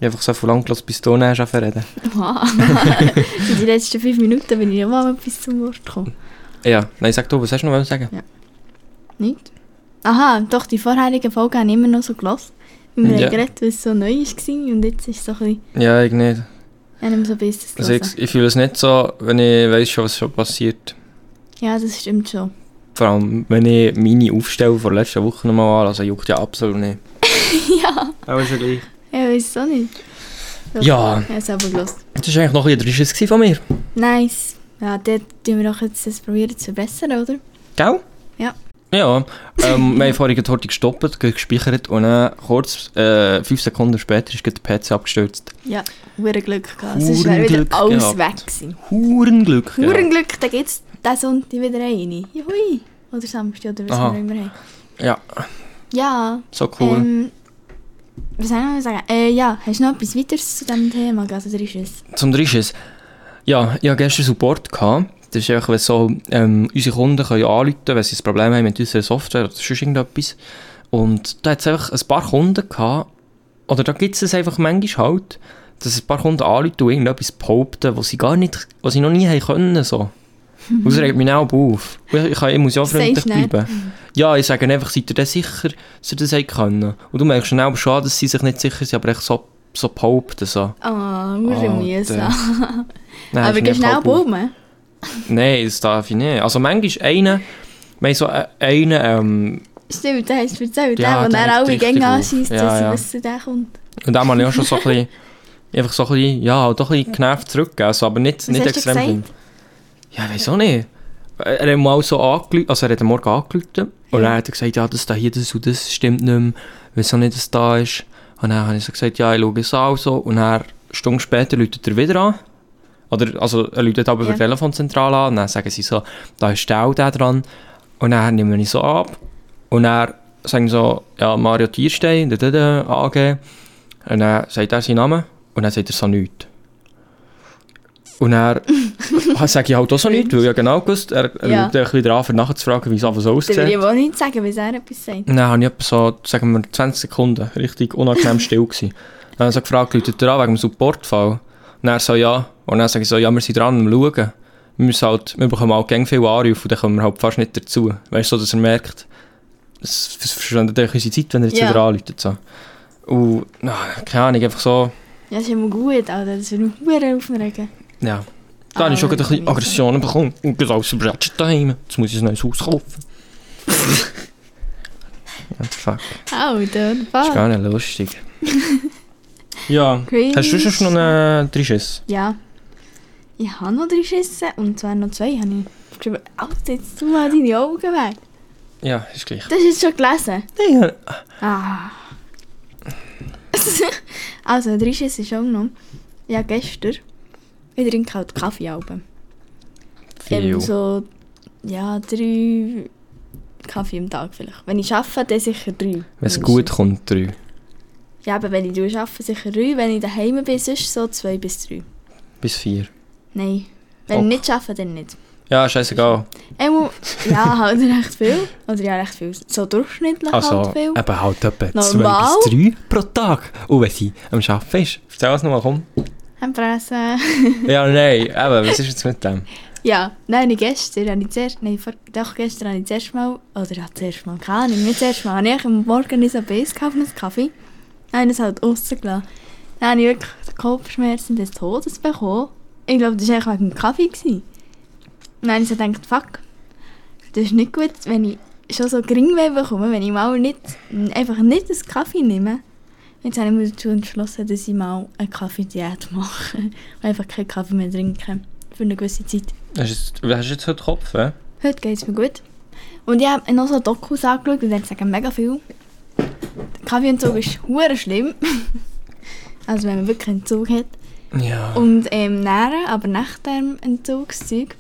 Speaker 2: einfach so viel lang gelost, bis du dann anfängst zu reden.
Speaker 3: Wow. In den letzten fünf Minuten bin ich noch mal etwas zum Wort gekommen.
Speaker 2: Ja, nein, sag du, was hast du noch wollen sagen?
Speaker 3: Nicht? Aha, doch, die vorherigen Folgen habe ich immer noch so gehört. Weil wir
Speaker 2: Ja.
Speaker 3: haben geredet, weil es so neu war und jetzt ist es so ein bisschen...
Speaker 2: Ja, ich nicht.
Speaker 3: Ich habe nicht mehr so ein bisschen
Speaker 2: Also
Speaker 3: also
Speaker 2: ich, ich fühle es nicht so, wenn ich weiß schon, was schon passiert.
Speaker 3: Ja, das stimmt schon.
Speaker 2: Vor allem, wenn ich meine Aufstellung von der letzten Woche nochmal an, also juckt ja absolut nicht.
Speaker 3: ja,
Speaker 2: Aber ist ja gleich.
Speaker 3: ich weiß es auch nicht. Doch,
Speaker 2: Ja.
Speaker 3: Ich habe es aber gehört.
Speaker 2: Das war eigentlich noch ein bisschen der Schiss gewesen von mir.
Speaker 3: Nice. Ja, dort tun wir doch jetzt das probieren zu verbessern, oder?
Speaker 2: Gell?
Speaker 3: Ja.
Speaker 2: Ja, ähm, wir haben vorhin die Horti gestoppt, gleich gespeichert und dann kurz, äh, fünf Sekunden später ist gerade der PC abgestürzt.
Speaker 3: Ja, hure Glück gehabt. Sonst wäre
Speaker 2: Hurenglück
Speaker 3: wieder alles
Speaker 2: gehabt.
Speaker 3: weg gewesen.
Speaker 2: Hurenglück.
Speaker 3: Hure
Speaker 2: gehabt.
Speaker 3: Glück, dann gibt es diesen Sonntag wieder rein. Juhui. Oder Samstag, oder was
Speaker 2: Aha.
Speaker 3: wir immer haben.
Speaker 2: Ja,
Speaker 3: Ja,
Speaker 2: so cool.
Speaker 3: ähm... Was soll ich noch sagen? Äh, ja, hast du noch etwas weiteres zu diesem Thema? Also, da ist es.
Speaker 2: Zum Drisches. Ja, ich hatte gestern Support. Gehabt. Das ist einfach, wenn so, ähm, unsere Kunden können anrufen, wenn sie ein Problem haben mit unserer Software oder sonst irgendetwas. Und da hat es einfach ein paar Kunden gehabt, oder da gibt es einfach manchmal halt, dass ein paar Kunden anrufen und irgendetwas behaupten, was sie gar nicht, was sie noch nie haben können. So. Und das regt mich auch auf. Und Ich, ich, kann- ich muss ja auch
Speaker 3: Sagst
Speaker 2: freundlich
Speaker 3: nicht.
Speaker 2: bleiben. Ja, ich sage einfach, seid ihr dann sicher, dass ihr das haben können? Und du merkst schnell schon, dass sie sich nicht sicher sind, aber echt so, so behaupten. So.
Speaker 3: Ah, hure
Speaker 2: Alter.
Speaker 3: mühsam.
Speaker 2: Nein,
Speaker 3: Aber
Speaker 2: ist
Speaker 3: gehst
Speaker 2: mir voll
Speaker 3: schnell
Speaker 2: bauch.
Speaker 3: Baumen?
Speaker 2: Nein, das darf ich nicht. Also manchmal einer, wir haben so äh, einen, ähm,
Speaker 3: Stimmt, da hast du erzählt,
Speaker 2: Ja, der
Speaker 3: der, der dann
Speaker 2: regt
Speaker 3: alle
Speaker 2: richtig
Speaker 3: Gänge
Speaker 2: auf.
Speaker 3: anschießt,
Speaker 2: Ja,
Speaker 3: dass sie
Speaker 2: ja.
Speaker 3: wissen, der kommt.
Speaker 2: und dem habe ich auch schon so ein bisschen, einfach so ein bisschen, ja, halt doch ein bisschen genervt zurückgegeben, also, aber nicht, nicht
Speaker 3: hast du
Speaker 2: extrem
Speaker 3: gesagt?
Speaker 2: viel. Ja, wieso nicht? Er hat mal so angelüht, also er hat am Morgen angelüht und
Speaker 3: Ja.
Speaker 2: dann hat er gesagt, ja, das da hier, das und das stimmt nicht mehr, wieso nicht, dass da ist. Und dann habe ich so gesagt, ja, ich schaue es an und so und dann, eine Stunde später, läutet er wieder an. Oder, also er läutet aber
Speaker 3: Ja.
Speaker 2: über die Telefonzentrale an und dann sagen sie so, da ist der auch der dran. Und dann nehme ich so ab. Und dann sagen so, ja, Mario Tierstein, eh, da, da, da, AG. Und dann sagt er seinen Namen und dann sagt er so nichts. Und dann sage ich halt auch so nichts, weil ich ja genau gewusst, er, er
Speaker 3: Ja.
Speaker 2: ja. ein bisschen dran, um nachzufragen, wie es einfach so
Speaker 3: Dann will ich
Speaker 2: aussieht.
Speaker 3: aber auch nicht sagen, wenn er etwas sagt.
Speaker 2: Dann habe ich etwa so, sagen wir, 20 Sekunden richtig unangenehm still gewesen. Dann habe ich so gefragt, Leute dran wegen dem Supportfall. Und dann so, ja. Und dann sage ich so, ja, wir sind dran am Schauen. Wir, müssen halt, wir bekommen halt ganz viele Anrufe und dann kommen wir halt fast nicht dazu. Weißt du, so, dass er merkt, es es verschwendet euch unsere Zeit, wenn er jetzt
Speaker 3: Ja.
Speaker 2: wieder anruft. So. Und, na, keine Ahnung, einfach so,
Speaker 3: Ja, das ist immer gut, Alter. Das würde mich hure aufregen.
Speaker 2: ja. Da habe ich schon gerade ein bisschen Aggressionen bekommen. Und gerade aus dem Ratchet daheim. Jetzt muss ich ein neues Haus kaufen. ja, fuck.
Speaker 3: Alter,
Speaker 2: Das ist
Speaker 3: was?
Speaker 2: gar nicht lustig. ja.
Speaker 3: Cringe.
Speaker 2: Hast du sonst noch einen Trisches?
Speaker 3: Ja. Ich habe noch drei Schüsse und zwar noch zwei habe ich geschrieben. Alter, jetzt tu mal deine Augen weg.
Speaker 2: Ja, ist gleich.
Speaker 3: Das ist schon gelesen.
Speaker 2: Ja.
Speaker 3: Ah. also, drei Schüsse ist auch noch. Ja, gestern. Ich trinke halt Kaffee Alben.
Speaker 2: Viel.
Speaker 3: Ähm, so, ja, drei Kaffee am Tag vielleicht. Wenn ich arbeite, dann sicher drei.
Speaker 2: Wenn es
Speaker 3: mindestens.
Speaker 2: gut kommt, drei.
Speaker 3: Ja, aber wenn ich arbeite, sicher drei. Wenn ich daheim dus bin, sonst so zwei bis drei.
Speaker 2: Bis vier.
Speaker 3: Nein. Wenn
Speaker 2: Ok.
Speaker 3: ich nicht arbeite, dann nicht.
Speaker 2: Ja, scheißegal.
Speaker 3: Einmal, ja, halt recht viel. Oder ja, recht viel. So durchschnittlich
Speaker 2: Also, eh,
Speaker 3: halt viel.
Speaker 2: eben halt etwa
Speaker 3: Normal.
Speaker 2: zwei bis drei pro Tag. Und wenn sie am Arbeiten ist. Erzähl es nochmal, komm.
Speaker 3: Haben Presse.
Speaker 2: ja, nein, eben, was ist jetzt mit dem?
Speaker 3: ja, nein, ich gestern habe ich zuerst, nein, vor, doch gestern habe ich zuerst mal, oder ja, zuerst mal, keine Ahnung, nicht zuerst mal, habe ich am Morgen nicht so Biss gekauft, einen Kaffee. Nein, das halt draussen gelassen. Dann habe ich wirklich Kopfschmerzen des Todes bekommen. Ich glaube, das war eigentlich wegen dem Kaffee. Gewesen. Und dann habe ich so gedacht, fuck, das ist nicht gut, wenn ich schon so gering bekomme, wenn ich mal nicht, einfach nicht einen Kaffee nehme. Jetzt habe ich mich dazu entschlossen, dass ich mal eine Kaffeediät mache. Und einfach keinen Kaffee mehr trinke. Für eine gewisse Zeit.
Speaker 2: Hast du jetzt, hast du jetzt heute Kopf, hä?
Speaker 3: Heute geht es mir gut. Und ich habe noch so Dokus angeschaut und dann sagen mega viel. Der Kaffeeentzug ist hure schlimm. also wenn man wirklich einen Entzug hat.
Speaker 2: Ja.
Speaker 3: Und ähm, nähren, aber nach dem Entzugszeug,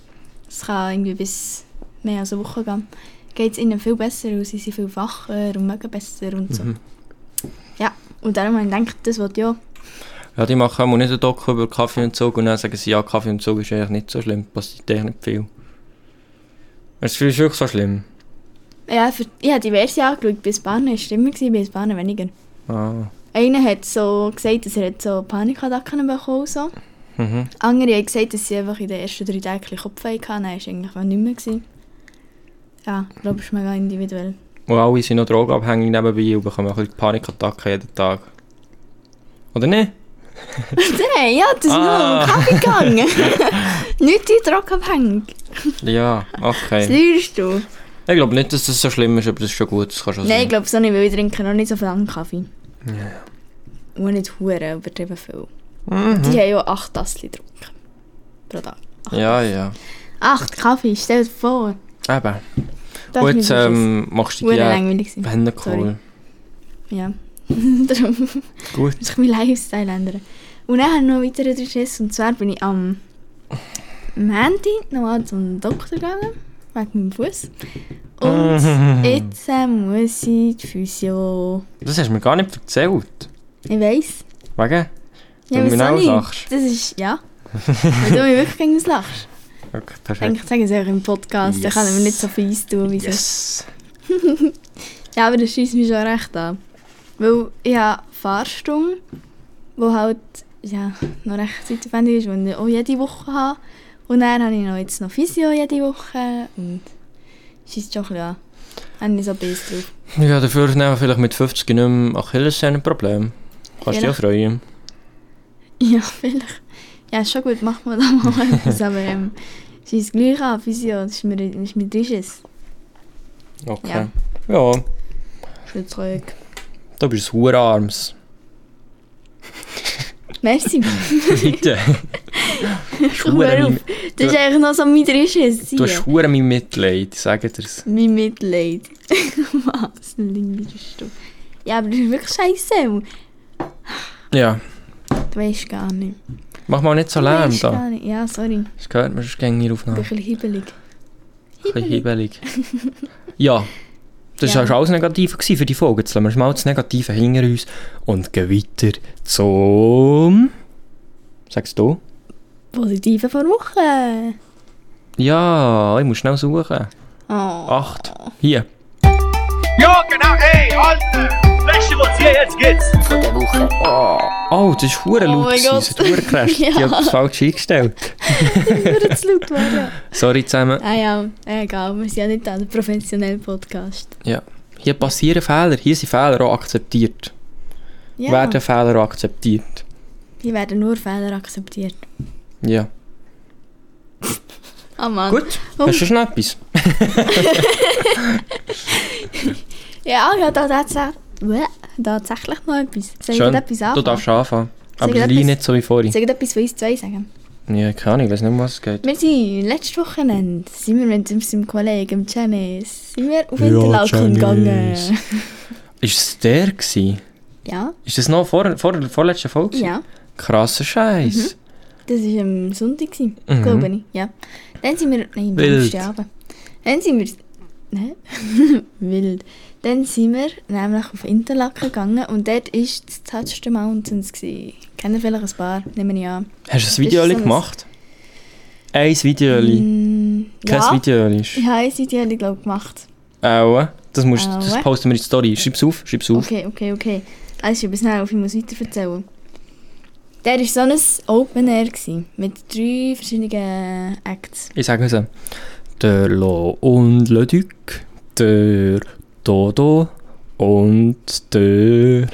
Speaker 3: das kann irgendwie bis mehr als eine Woche gehen, geht es ihnen viel besser und sie sind viel wacher und mögen besser und so. Ja, und darum habe ich gedacht, das wird ja.
Speaker 2: ja, die machen auch nicht einen Doku über Kaffeeentzug und dann sagen sie, ja, Kaffeeentzug ist eigentlich nicht so schlimm, passiert eigentlich nicht viel. Es ist wirklich so schlimm.
Speaker 3: Ja, für, ich habe diverse angeschaut, bei Bahnen war es schlimmer, gewesen, bei Bahnen weniger.
Speaker 2: Ah.
Speaker 3: Einer hat so gesagt, dass er hat so Panikattacken bekommen und so.
Speaker 2: Mhm.
Speaker 3: Andere haben gesagt, dass sie einfach in den ersten drei Tagen ein bisschen Kopfweh hatten, dann war es eigentlich nicht mehr. Gewesen. Ja, ich glaube, es ist mega individuell.
Speaker 2: Und alle sind noch drogenabhängig nebenbei und bekommen ein bisschen Panikattacken jeden Tag. Oder nicht?
Speaker 3: Nein, ja, das ist nur
Speaker 2: Ah.
Speaker 3: um Kaffee gegangen. Nicht die Drogenabhängig.
Speaker 2: Ja,
Speaker 3: Was
Speaker 2: okay.
Speaker 3: lügst du?
Speaker 2: Ich glaube nicht, dass das so schlimm ist, aber das ist schon gut, das kann schon
Speaker 3: Nein, ich
Speaker 2: sein.
Speaker 3: glaube so nicht, weil ich trinke noch nicht so viel lange Kaffee. Ja. Und nicht hure übertrieben viel.
Speaker 2: Mhm. Hm?
Speaker 3: Die haben ja acht Tassen getrunken. Pro Tag.
Speaker 2: Ja, ja.
Speaker 3: Acht Kaffee, stell dir vor.
Speaker 2: Eben.
Speaker 3: Das
Speaker 2: Und
Speaker 3: ist
Speaker 2: jetzt
Speaker 3: mir
Speaker 2: ähm, machst du
Speaker 3: Hure
Speaker 2: die äh,
Speaker 3: langweilig gewesen.
Speaker 2: Händekohl.
Speaker 3: Ja. Darum muss
Speaker 2: Gut.
Speaker 3: ich meinen Lifestyle ändern. Und dann habe ich noch weitere drei Schiss. Und zwar bin ich am Mandy nochmal zum Doktor gegangen. Wegen meinem Fuß.
Speaker 2: Mhm.
Speaker 3: Und jetzt äh, muss ich die Physio.
Speaker 2: Das hast du mir gar nicht erzählt.
Speaker 3: Ich weiss.
Speaker 2: Wegen? Wenn du
Speaker 3: wieso
Speaker 2: genau
Speaker 3: nicht?
Speaker 2: lachst.
Speaker 3: Das ist, ja. Weil du mich wirklich gegen das lachst.
Speaker 2: Okay, perfekt.
Speaker 3: Eigentlich sagen sie auch im Podcast, da
Speaker 2: Yes.
Speaker 3: kann ich mir nicht so fies tun wie sonst.
Speaker 2: Yes.
Speaker 3: Ja, aber das schießt mich schon recht an. Weil ich habe Fahrstunde, die halt ja, noch recht zeitaufwendig ist, die ich auch jede Woche habe. Und dann habe ich noch jetzt noch Physio jede Woche und schießt schon ein bisschen an. Habe ich so Biss drauf.
Speaker 2: Ja, dafür nehmen wir vielleicht mit 50 nicht mehr Achillessehne ein Problem. Kannst dich ja
Speaker 3: Vielleicht.
Speaker 2: freuen.
Speaker 3: Ja, vielleicht. Ja, ist schon gut, macht man da mal etwas, aber ähm, schießt gleich an, Physio, das ist mir, ist mir drisches.
Speaker 2: Okay. Ja,
Speaker 3: Schön zurück.
Speaker 2: du bist ein Hurarms.
Speaker 3: Merci.
Speaker 2: Bitte.
Speaker 3: Hör auf. Das ist eigentlich noch so mein drisches
Speaker 2: Du hast hure mein Mitleid, sag dir das.
Speaker 3: Mein Mitleid. Was ein linguistischer Stuhl. Ja, aber das ist wirklich scheiße.
Speaker 2: Ja,
Speaker 3: Du weißt gar nicht.
Speaker 2: mach mal nicht so
Speaker 3: Du
Speaker 2: Lärm
Speaker 3: weisst
Speaker 2: da.
Speaker 3: gar nicht. Ja, sorry.
Speaker 2: Das gehört mir, sonst gehen wir auf
Speaker 3: Ich bin ein
Speaker 2: nach.
Speaker 3: bisschen hibbelig.
Speaker 2: Ein bisschen hibbelig. Ja, das
Speaker 3: Ja.
Speaker 2: war alles Negative gewesen für die Folge. Jetzt lassen wir mal das Negative hinter uns und gehen weiter zum... Sagst du?
Speaker 3: Positive vor Woche.
Speaker 2: Ja, ich muss schnell suchen.
Speaker 3: Oh.
Speaker 2: Acht. Hier.
Speaker 4: Ja, genau, ey, Alter! Letzte, was hier jetzt geht's!
Speaker 2: Oh, das ist hure
Speaker 3: Oh
Speaker 2: laut.
Speaker 3: mein
Speaker 2: gewesen. Es hat
Speaker 3: Gott.
Speaker 2: hure gecrasht. Ich
Speaker 3: Ja.
Speaker 2: habe es falsch eingestellt.
Speaker 3: Nur das laut war, ja.
Speaker 2: Sorry zusammen.
Speaker 3: Ah ja, egal. Wir sind ja nicht ein professioneller Podcast.
Speaker 2: Ja. Hier passieren Fehler. Hier sind Fehler auch akzeptiert.
Speaker 3: Ja,
Speaker 2: Werden Fehler auch akzeptiert.
Speaker 3: hier werden nur Fehler akzeptiert.
Speaker 2: Ja.
Speaker 3: Oh Mann.
Speaker 2: Gut.
Speaker 3: Oh.
Speaker 2: Hast du schon etwas?
Speaker 3: Ja, ja, da tatsächlich... Bäh, Tatsächlich noch etwas. Soll ich
Speaker 2: Schön.
Speaker 3: etwas
Speaker 2: Du darfst anfangen.
Speaker 3: Soll
Speaker 2: Aber
Speaker 3: ich
Speaker 2: es
Speaker 3: etwas-
Speaker 2: nicht so wie vorhin.
Speaker 3: Soll ich etwas von uns zwei sagen?
Speaker 2: Ja, keine Ahnung. Ich weiß nicht, um was es geht.
Speaker 3: Wir sind letztes Wochenende, sind wir mit unserem Kollegen Janice, sind wir auf
Speaker 2: Ja,
Speaker 3: Interlaken gegangen.
Speaker 2: Janice. Ist es der gewesen?
Speaker 3: Ja,
Speaker 2: Ist das noch vor, vor der vorletzten Folge? gewesen?
Speaker 3: ja. Mhm.
Speaker 2: Krasser Scheiß.
Speaker 3: Das war am Sonntag, gewesen,
Speaker 2: Mhm.
Speaker 3: glaube ich. Ja. Dann sind wir... Nein, am
Speaker 2: Wild.
Speaker 3: Donnerstagabend. Dann sind wir... Ne? Wild. Dann sind wir nämlich auf Interlaken gegangen und dort war das Touch the Mountains. Gewesen. Kennt ihr vielleicht ein paar? Nehmen wir an.
Speaker 2: Hast du das Video
Speaker 3: Ist so ein-
Speaker 2: gemacht? Eins Video.
Speaker 3: Mm,
Speaker 2: Kein
Speaker 3: ja,
Speaker 2: Video. Ist.
Speaker 3: ich habe ein Video, ich glaube, gemacht.
Speaker 2: Auch. Das, musst,
Speaker 3: Auch.
Speaker 2: das posten wir in die Story. Schreib's auf, schreib's auf.
Speaker 3: Okay, okay, okay. Also, ich bin schnell auf, ich muss weiter erzählen. Der war so ein Open Air gewesen, mit drei verschiedenen Acts.
Speaker 2: Ich sage es. Der Lo und Leduc, der Dodo und der...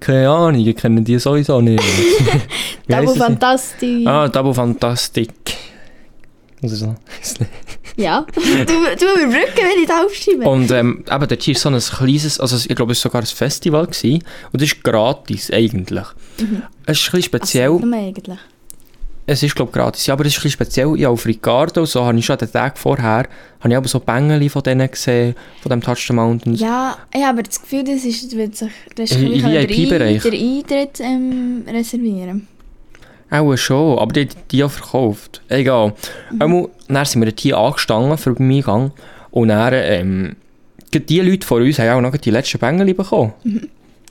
Speaker 2: Keine Ahnung, ich kenne die sowieso nicht. Wie
Speaker 3: Double
Speaker 2: heisst das?
Speaker 3: Fantastisch.
Speaker 2: Ah, Double Fantastic. Oder so.
Speaker 3: Ja. du, du überbrücken, wenn ich da aufschreibe.
Speaker 2: Und ähm, eben, dort war so ein kleines, also ich glaube, es war sogar ein Festival gewesen, und das ist gratis eigentlich. Es ist ein bisschen speziell.
Speaker 3: Was sagt man eigentlich?
Speaker 2: es ist, glaube ich, gratis. Ja, aber es ist ein bisschen speziell. Ja, auf Ricardo, so habe ich schon den Tag vorher, habe ich aber so Bängeli von denen gesehen, von dem Touch the Mountains.
Speaker 3: Ja, ich habe das Gefühl, das ist witzig. Das ist
Speaker 2: Im
Speaker 3: gleich ein
Speaker 2: VIP-Bereich?
Speaker 3: Ein- Der Eintritt ähm, reservieren.
Speaker 2: Auch schon, aber die hat die auch verkauft. Egal. Einmal, dann sind wir hier angestanden für meinen Gang und dann, ähm, gerade die Leute vor uns haben auch noch die letzten Bängeli bekommen.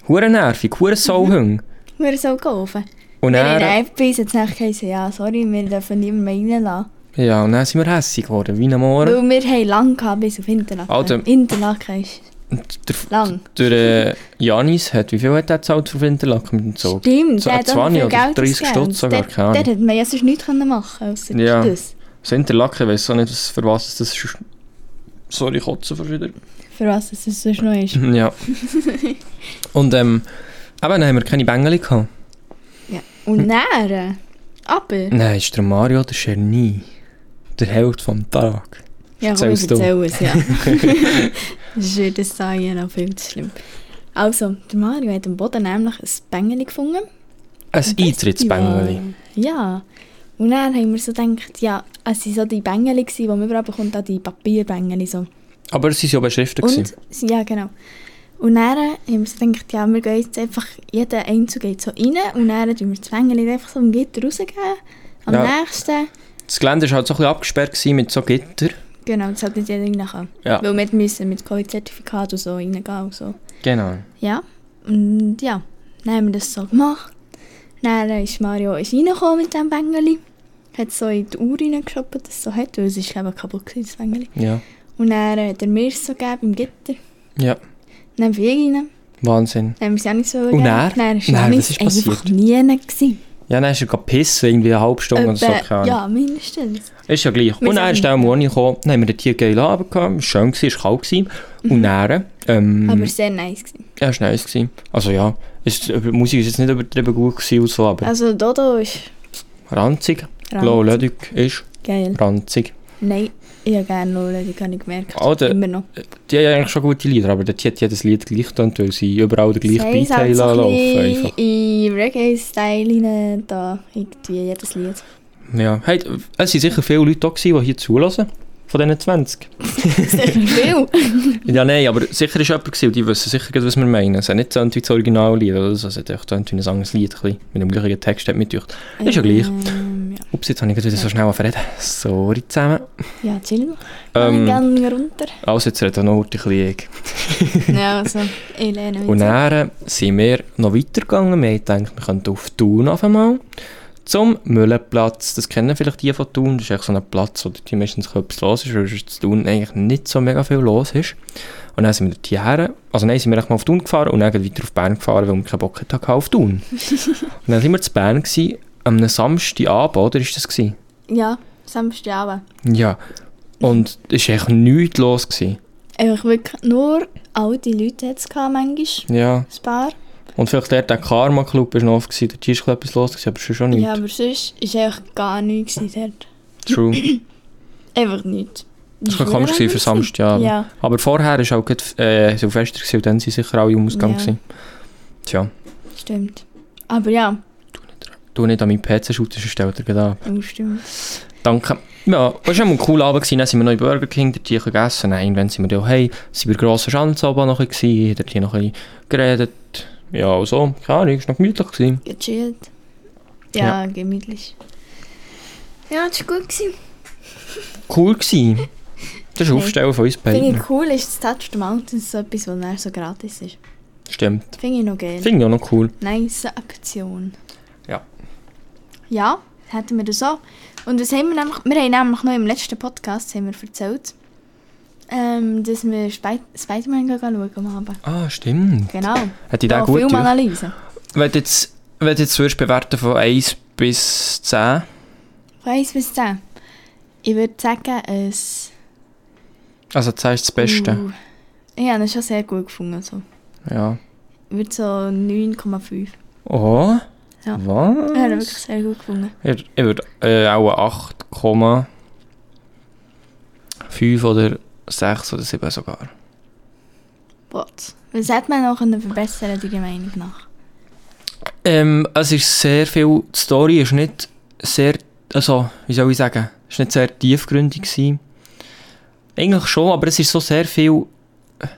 Speaker 2: Hure nervig, hure Sauhung.
Speaker 3: Wir sollen kaufen.
Speaker 2: Und
Speaker 3: Wir haben
Speaker 2: dann,
Speaker 3: Appis jetzt nachher gesagt, ja, sorry, wir dürfen niemanden mehr reinlassen.
Speaker 2: ja, und dann sind wir hässig geworden, wie ein Morgen.
Speaker 3: Weil wir haben lang gehabt bis auf Interlaken.
Speaker 2: Alter.
Speaker 3: Interlaken ist
Speaker 2: Der,
Speaker 3: lang.
Speaker 2: der äh, Janis hat, wie viel hat er gezahlt für Winterlack mit dem Zug?
Speaker 3: Stimmt, der
Speaker 2: äh,
Speaker 3: hat auch
Speaker 2: 20
Speaker 3: viel
Speaker 2: oder
Speaker 3: Geld
Speaker 2: 30
Speaker 3: ausgegeben.
Speaker 2: Stutz sogar,
Speaker 3: Dort-
Speaker 2: keine Ahnung.
Speaker 3: Dort hätte man ja sonst nichts können machen außer
Speaker 2: Ja.
Speaker 3: das.
Speaker 2: Das Interlaken, ich weiss auch nicht, was- für was das ist. Sorry, kotzen fast wieder.
Speaker 3: Für was es sonst noch ist.
Speaker 2: Ja. Und ähm, aber dann haben wir keine Bengeli gehabt.
Speaker 3: ja. Und nähren. Aber.
Speaker 2: Nein, ist der Mario der Genie. Der Held vom Tag.
Speaker 3: Ja, komm, ich
Speaker 2: Erzähl's du.
Speaker 3: erzähl es, ja. das würde das sagen, ja, viel zu schlimm. Also, der Mario hat am Boden nämlich ein Bängeli gefunden.
Speaker 2: Ein Eintrittsbengeli.
Speaker 3: Ja. Und dann haben wir so gedacht, ja, es waren so die Bängeli, die man überall bekommt, auch die Papierbängeli so.
Speaker 2: Aber es waren ja beschriftet.
Speaker 3: Und, ja, genau. Und dann haben wir so gedacht, ja, wir gehen jetzt einfach, jeder Einzug geht so rein und dann tun wir das Bängeli einfach so am Gitter rausgeben. Am
Speaker 2: Ja.
Speaker 3: nächsten.
Speaker 2: Das Gelände war halt so ein bisschen abgesperrt gewesen mit so Gitter.
Speaker 3: Genau, das hat nicht jeder reinkommen.
Speaker 2: Ja.
Speaker 3: Weil wir müssen mit Covid-Zertifikat und so reingehen und so.
Speaker 2: Genau.
Speaker 3: Ja, und ja, dann haben wir das so gemacht. Dann ist Mario ist reingekommen mit diesem Bengeli. Hat so in die Uhr reingeschoben, dass es so hat, weil es ist eben kaputt gewesen, das Bengeli.
Speaker 2: Ja.
Speaker 3: Und dann hat er mir es so gegeben, im Gitter.
Speaker 2: Ja.
Speaker 3: Dann haben wir ihn rein,
Speaker 2: Wahnsinn.
Speaker 3: dann haben wir es Janis gegeben.
Speaker 2: Und er?
Speaker 3: Dann ist
Speaker 2: Nein,
Speaker 3: Janis
Speaker 2: was ist
Speaker 3: einfach
Speaker 2: passiert?
Speaker 3: nie gewesen.
Speaker 2: Ja, dann ist er gerade pissen, irgendwie eine halbe Stunde oder so.
Speaker 3: Etwa-
Speaker 2: keine Ahnung.
Speaker 3: Eh, Äh, ja, mindestens.
Speaker 2: Ist ja gleich.
Speaker 3: Wir
Speaker 2: und dann
Speaker 3: sind-
Speaker 2: ist der Moni gekommen, dann haben wir den Tier geil Abend gehabt, war schön gewesen, war kalt gewesen. Und dann,
Speaker 3: Mhm. Aber
Speaker 2: ähm,
Speaker 3: sehr nice gewesen.
Speaker 2: ja, ist nice gewesen. Also ja, ist, die Musik ist jetzt nicht übertrieben gut gewesen und so, aber
Speaker 3: Also Dodo ist
Speaker 2: Äh, ranzig.
Speaker 3: Ranzig.
Speaker 2: Low Lödig ist
Speaker 3: geil.
Speaker 2: ranzig.
Speaker 3: Nein, ich habe gerne Lola, die habe ich gemerkt.
Speaker 2: Alter,
Speaker 3: Immer noch.
Speaker 2: Die haben eigentlich schon gute Lieder, aber der Tier hat jedes Lied gleich getan, weil sie halt überall den gleichen Beat haben lassen laufen. Einfach.
Speaker 3: in Reggae-Style rein, da irgendwie jedes Lied.
Speaker 2: Ja. Hey, es waren sicher viele Leute da, gewesen, die hier zulassen. Von diesen 20.
Speaker 3: Sicher viel.
Speaker 2: Ja, nein, aber sicher war jemand, gewesen, und die wissen sicher, gerade, was wir meinen. Es hat nicht so wie das Originallied oder so, es hat echt so ein anderes Lied, ein bisschen mit dem gleichen Text hat mitgedacht. Ist ja gleich.
Speaker 3: Ähm, ja.
Speaker 2: Ups, jetzt habe ich gerade wieder so schnell angefangen zu reden. Sorry zusammen.
Speaker 3: ja, chill mal. Ähm. Ich
Speaker 2: Ähm,
Speaker 3: gehe runter.
Speaker 2: also jetzt redet nur die Krieg.
Speaker 3: ja, also, ich lerne mich.
Speaker 2: Und dann sind wir noch weitergegangen. Wir haben gedacht, wir könnten auf Thun auf einmal. Zum Müllenplatz. Das kennen vielleicht die von Thun. Das ist eigentlich so ein Platz, wo die meistens etwas los ist, weil es in Thun eigentlich nicht so mega viel los ist. Und dann sind wir dort hierher. Also nein, sind wir echt mal auf Thun gefahren und dann gleich weiter auf Bern gefahren, weil wir keinen Bock hatten auf Thun. und dann sind wir zu Bern gewesen. Am Samstagabend, oder ist das gewesen?
Speaker 3: ja, Samstagabend.
Speaker 2: Ja. Und es war echt nichts los. Gewesen.
Speaker 3: Einfach wirklich nur alte Leute hat es gehabt, manchmal.
Speaker 2: Ja.
Speaker 3: Ein paar.
Speaker 2: Und vielleicht der, der Karma Club war noch oft, gewesen. dort war schon etwas los, gewesen, aber sonst schon nichts.
Speaker 3: Ja, aber sonst war einfach gar nichts gewesen dort.
Speaker 2: True.
Speaker 3: Einfach nichts.
Speaker 2: Das war komisch gewesen für Samstag. Ja.
Speaker 3: Ja.
Speaker 2: Aber vorher war auch gerade, äh, Silvester gewesen, und dann waren sicher alle im Ausgang.
Speaker 3: Ja.
Speaker 2: gewesen. Tja,
Speaker 3: Stimmt. Aber ja,
Speaker 2: du nicht an meinen PC schaut, sonst stellt er gerade an.
Speaker 3: oh, stimmt.
Speaker 2: Danke. Ja, es war ein cooler Abend. Gewesen. Dann sind wir noch in Burger King, dort hier gegessen. Nein, wenn sind wir da, hey, sind wir grossen Schanze oben noch ein bisschen gewesen, dort hier noch ein bisschen geredet. Ja, und so. Keine Ahnung, es war noch gemütlich. Gewesen.
Speaker 3: Gechillt. Ja, gemütlich. Ja, das war gut. Gewesen.
Speaker 2: Cool gewesen. Das ist
Speaker 3: Hey.
Speaker 2: Aufstellen von uns
Speaker 3: Finde
Speaker 2: beiden.
Speaker 3: ich cool, ist das Touch the Mountains so etwas, was dann so gratis ist.
Speaker 2: Stimmt.
Speaker 3: Finde ich noch geil.
Speaker 2: Finde ich auch noch cool.
Speaker 3: nice Aktion.
Speaker 2: Ja.
Speaker 3: Ja, hätten wir das auch. Und das haben wir nämlich, wir haben nämlich noch im letzten Podcast haben wir erzählt, ähm, dass wir Spi- Spider-Man gehen schauen am Abend.
Speaker 2: Ah, stimmt.
Speaker 3: Genau.
Speaker 2: Hat ich den
Speaker 3: Noch
Speaker 2: gut gemacht?
Speaker 3: Filmanalyse.
Speaker 2: Wenn du jetzt, wenn du jetzt würdest bewerten von 1 bis 10,
Speaker 3: Von 1 bis 10. Ich würde sagen, es...
Speaker 2: also 10 ist das Beste.
Speaker 3: Uh, ich habe es schon sehr gut gefunden. Also.
Speaker 2: Ja.
Speaker 3: Ich würde so 9,5.
Speaker 2: Oh?
Speaker 3: Ja. Ich habe ihn wirklich
Speaker 2: Was?
Speaker 3: sehr gut gefunden.
Speaker 2: Ich, ich würde äh, auch 8,5 oder 6 oder 7 sogar.
Speaker 3: What? Was hätte man noch können verbessern, deiner Meinung nach?
Speaker 2: Ähm, es ist sehr viel, die Story ist nicht sehr, also, wie soll ich sagen, es war nicht sehr tiefgründig. Gewesen. Eigentlich schon, aber es ist so sehr viel äh, ein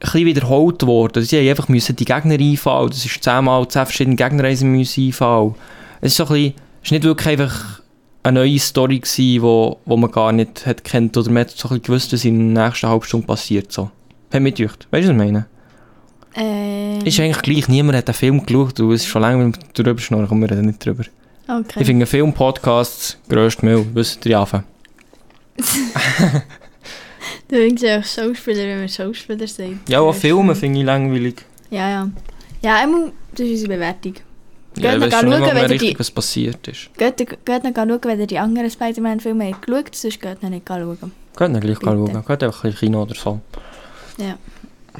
Speaker 2: bisschen wiederholt worden. Sie mussten einfach müssen die Gegner einfallen. Das ist zehnmal zehn verschiedene Gegner einsen müssen einfallen. Es ist so ein bisschen, es ist nicht wirklich einfach eine neue Story gewesen, wo, wo man gar nicht hat kennt oder man hat so ein bisschen gewusst, was in der nächsten halben Stunde passiert. So. Hat mich gedacht. Weißt du, was ich meine?
Speaker 3: Ähm,
Speaker 2: Ist eigentlich gleich, niemand hat den Film geschaut und es ist schon lange mit dem drüber schnurren, kommen wir reden nicht drüber.
Speaker 3: okay.
Speaker 2: Ich finde Film-Podcasts grösst Müll, wissen die Affen.
Speaker 3: Du denkst ja auch Schauspieler, wenn wir Schauspieler sind.
Speaker 2: Ja, auch Filme finde ich langweilig.
Speaker 3: Ja, ja. Ja, einmal, das ist unsere Bewertung.
Speaker 2: Ja, ich
Speaker 3: Geht noch
Speaker 2: weiß schon
Speaker 3: schauen,
Speaker 2: nicht mal
Speaker 3: wenn
Speaker 2: mehr
Speaker 3: die-
Speaker 2: richtig, was passiert ist.
Speaker 3: Geht, geht noch schauen, wenn ihr die anderen Spider-Man-Filme habt geschaut habt, sonst geht noch nicht schauen.
Speaker 2: Geht dann gleich
Speaker 3: Bitte.
Speaker 2: schauen, geht einfach ein bisschen Kino oder so.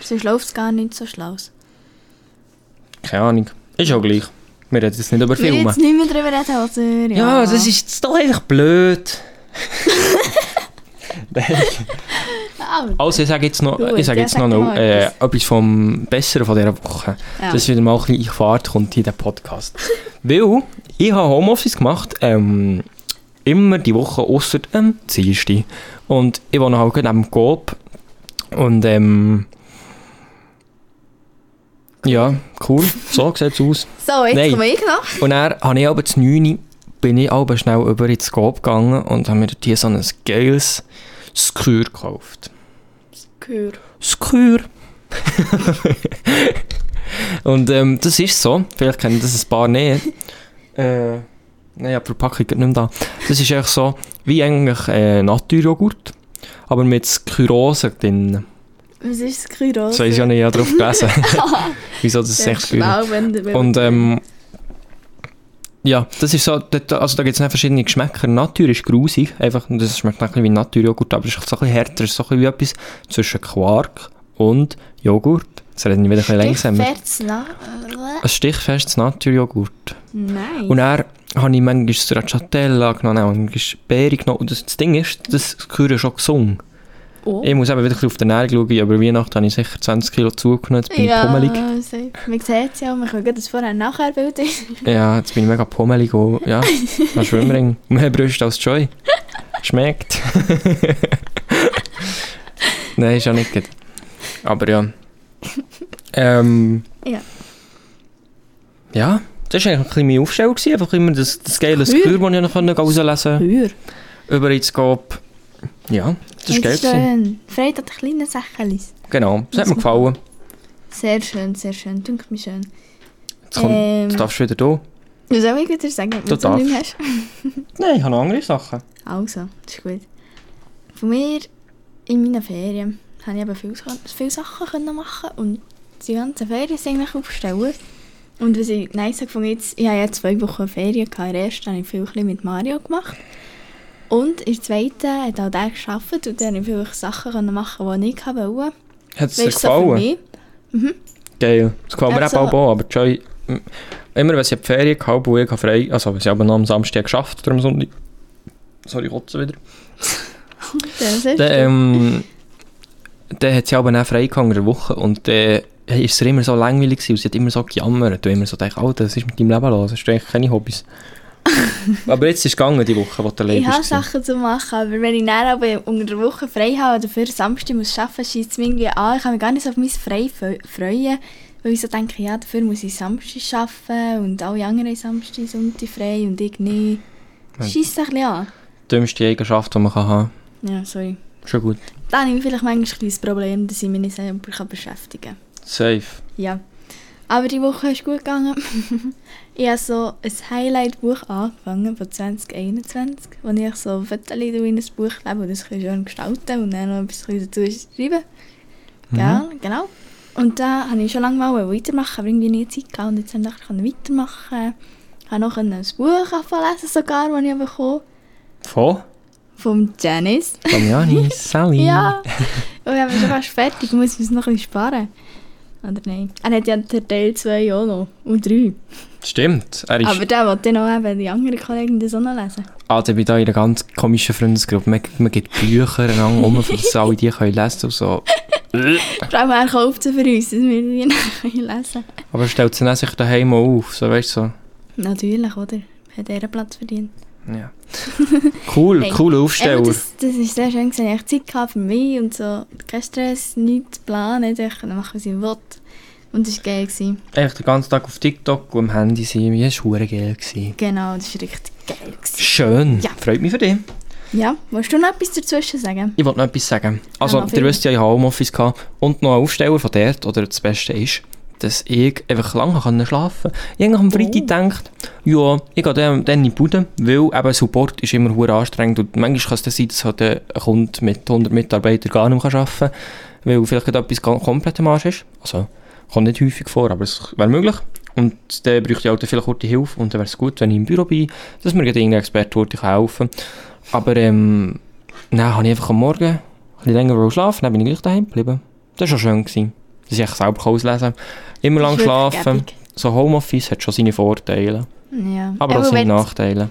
Speaker 3: Sonst läuft es gar nicht so schlau.
Speaker 2: Keine Ahnung, ist auch gleich. Wir reden jetzt nicht über
Speaker 3: Wir
Speaker 2: Filme.
Speaker 3: jetzt nicht mehr darüber reden, oder?
Speaker 2: Ja, das ist jetzt doch einfach blöd. Nein.
Speaker 3: Ah,
Speaker 2: also ich sage jetzt noch,
Speaker 3: Gut,
Speaker 2: ich sage
Speaker 3: ja,
Speaker 2: jetzt
Speaker 3: sag
Speaker 2: noch,
Speaker 3: doch
Speaker 2: noch
Speaker 3: mal
Speaker 2: äh,
Speaker 3: etwas.
Speaker 2: etwas vom Besseren von dieser Woche.
Speaker 3: ja.
Speaker 2: dass wieder mal ein bisschen in Fahrt kommt in den Podcast. Weil ich habe Homeoffice gemacht, ähm, immer die Woche außer am Dienstag. Und ich wohne halt gerade am Coop. Und ähm, ja, cool, so sieht es aus.
Speaker 3: So, jetzt
Speaker 2: Nein.
Speaker 3: komme ich noch.
Speaker 2: Und dann habe ich aber zu 9 bin ich aber schnell über ins Coop gegangen und habe mir dort hier so ein geiles Skür gekauft.
Speaker 3: Gehör.
Speaker 2: Skür. und ähm, das ist so. Vielleicht kennen das ein paar nicht. äh, nein, ja, die Verpackung geht nicht mehr da. Das ist echt so wie eigentlich äh, Naturjoghurt, aber mit Skyrose drin.
Speaker 3: Was ist das Gehör?
Speaker 2: Das weiß ich ja nicht, ich habe drauf gelesen. Wieso das ist echt
Speaker 3: Genau.
Speaker 2: Skyrose?
Speaker 3: Nou,
Speaker 2: Und ähm, ja, das ist so, dort- also da gibt es verschiedene Geschmäcker. Natur ist grusig, einfach, und das schmeckt ein bisschen wie Naturjoghurt, aber es ist so ein bisschen härter, es ist so ein bisschen wie etwas zwischen Quark und Joghurt. Jetzt reden wir wieder ein bisschen langsamer.
Speaker 3: langsamer.
Speaker 2: Ein stichfestes Naturjoghurt.
Speaker 3: Nein.
Speaker 2: Und dann habe ich manchmal Stracciatella genommen, auch manchmal Beere genommen. Und das, das Ding ist, das küre schon gesungen.
Speaker 3: Oh.
Speaker 2: Ich muss eben wieder ein bisschen auf den Nähr schauen, aber Weihnachten habe ich sicher 20 Kilo zugenommen, jetzt bin ich pummelig.
Speaker 3: safe. Man sieht es ja, man kann das Vorher-Nachher-Bild
Speaker 2: Ja, jetzt bin ich mega pummelig und ja, ein Schwimmring. Mehr Brüste als Joy. Schmeckt. Nein, ist ja nicht gut. Aber ja. Ähm.
Speaker 3: Ja.
Speaker 2: Ja, das war eigentlich ein bisschen meine Aufstellung. gewesen. Einfach immer das, das geile
Speaker 3: Cool. Mhm.
Speaker 2: Gehör, das ich noch konnte rauslesen konnte.
Speaker 3: Hör.
Speaker 2: Über ins Gop. Ja, das war geil. gewesen.
Speaker 3: Schön. Freude an den kleinen Sachen.
Speaker 2: Genau, das hat mir gefallen.
Speaker 3: Sehr schön, sehr schön. Dünkt mich schön.
Speaker 2: Jetzt kommt,
Speaker 3: Ähm.
Speaker 2: jetzt darfst du wieder da.
Speaker 3: Was soll ich wieder sagen, wenn
Speaker 2: Du
Speaker 3: du so nichts hast?
Speaker 2: Nein, ich habe noch andere Sachen.
Speaker 3: Also, das ist gut. Von mir in meinen Ferien konnte ich eben viele, Sa- viele Sachen können machen und die ganzen Ferien sind eigentlich aufstellen. Und was ich nice fand, jetzt, ich hatte ja zwei Wochen Ferien, gehabt. in der ersten habe ich viel ein bisschen mit Mario gemacht. Und in der zweiten hat auch der gearbeitet und dann konnte ich viele Sachen können machen, die ich nicht wollte.
Speaker 2: Hat es dir
Speaker 3: Weißt du, so für
Speaker 2: gefallen?
Speaker 3: mich.
Speaker 2: Geil. Das gefällt mir
Speaker 3: Also-
Speaker 2: eben auch, aber Joy, m- immer wenn sie die Ferien gehabt und ich habe frei, also wenn sie aber noch am Samstag geschafft oder am Sonntag, sorry, ich kotze wieder,
Speaker 3: Das ist
Speaker 2: dann, ähm, dann hat sie aber auch frei gehabt in der Woche und dann hey, ist es immer so langweilig gewesen und sie hat immer so gejammert und immer so gedacht, Alter, was ist mit deinem Leben los? Hast du eigentlich keine Hobbys? aber jetzt ist es gegangen, die Woche, wo du
Speaker 3: ich
Speaker 2: allein
Speaker 3: habe
Speaker 2: bist.
Speaker 3: Sachen zu machen, aber wenn ich dann aber unter der Woche frei habe oder für Samstag muss arbeiten, schießt es mich irgendwie an. Ich kann mich gar nicht so auf mein Frei fe- freuen, weil ich so denke, ja, dafür muss ich Samstag arbeiten und alle anderen haben Samstag, Sonntag frei und ich nicht.
Speaker 2: Nein.
Speaker 3: Schießt es ein bisschen an.
Speaker 2: Die dümmste Eigenschaft, die man kann haben
Speaker 3: Ja, sorry.
Speaker 2: kann. Schon gut.
Speaker 3: Da habe ich vielleicht manchmal ein kleines Problem, dass ich mich nicht selber kann beschäftigen kann.
Speaker 2: Safe.
Speaker 3: Ja. Aber die Woche ist gut gegangen. ich habe so ein Highlight-Buch angefangen von 2021, wo ich so Fotos in ein Buch lebe und das ein bisschen schön gestalten und dann noch ein bisschen dazu schreiben. Ja, genau. Und da habe ich schon lange mal weitermachen, aber irgendwie nie Zeit gehabt und jetzt konnte ich weitermachen. Ich habe noch ein Buch angefangen lesen sogar, das ich bekommen
Speaker 2: Von?
Speaker 3: vom Janice.
Speaker 2: Von Janis, Sally.
Speaker 3: Ja. Und wir haben schon fast fertig, muss uns noch ein bisschen sparen. Oder nein? Er hat ja den Teil 2 auch noch. Und 3.
Speaker 2: Stimmt, er ist...
Speaker 3: Aber der wollte noch eben die anderen Kollegen das auch noch lesen.
Speaker 2: Ah, ich bin da in einer ganz komischen Freundesgruppe. Man, man gibt Bücher einander um, dass alle die können lesen und so.
Speaker 3: Vor allem er kauft sie für uns, dass wir die noch lesen können.
Speaker 2: Aber stellt sie dann sich daheim mal auf, so weißt du, so.
Speaker 3: Natürlich, oder? hat Ehrenplatz verdient.
Speaker 2: Ja. Cool,
Speaker 3: Hey,
Speaker 2: cooler
Speaker 3: Eben,
Speaker 2: Aufsteller.
Speaker 3: das, das ist sehr schön, gewesen. ich hatte Zeit gehabt für mich und so. Kein Stress, nichts planen, ich konnte machen, was ich wollte. Und das war geil. Gewesen.
Speaker 2: Echt den ganzen Tag auf TikTok und am Handy sein. Wie war hure geil. Gewesen.
Speaker 3: Genau, das war richtig geil. Gewesen.
Speaker 2: Schön.
Speaker 3: Ja.
Speaker 2: Freut mich für dich.
Speaker 3: Ja, willst du noch etwas dazwischen sagen?
Speaker 2: Ich wollte noch etwas sagen. Also,
Speaker 3: noch
Speaker 2: ihr
Speaker 3: viel.
Speaker 2: wisst ja, ich habe Homeoffice gehabt und noch einen Aufsteller von dort, oder das Beste ist, dass ich einfach lange können schlafen konnte. Ich habe eigentlich am Freitag gedacht, ja, ich gehe dann, dann in die Bude, weil eben Support ist immer hure anstrengend und manchmal kann es dann sein, dass halt äh, ein Kunde mit 100 Mitarbeitern gar nicht mehr arbeiten kann, weil vielleicht gerade etwas ganz komplett am Arsch ist. Also, kommt nicht häufig vor, aber es wäre möglich. Und dann bräuchte ich halt vielleicht kurze Hilfe und dann wäre es gut, wenn ich im Büro bin, dass mir gerade irgendein Experte würde helfen kann. Aber ähm, dann habe ich einfach am Morgen ein bisschen länger wollen schlafen, dann bin ich gleich daheim geblieben. Das war schon schön. Gewesen. Dass ich echt selber kann auslesen Immer lang
Speaker 3: Das ist wirklich
Speaker 2: schlafen.
Speaker 3: gäbig.
Speaker 2: So Homeoffice hat schon seine Vorteile,
Speaker 3: Ja.
Speaker 2: aber auch
Speaker 3: Eben,
Speaker 2: seine
Speaker 3: wenn-
Speaker 2: Nachteile.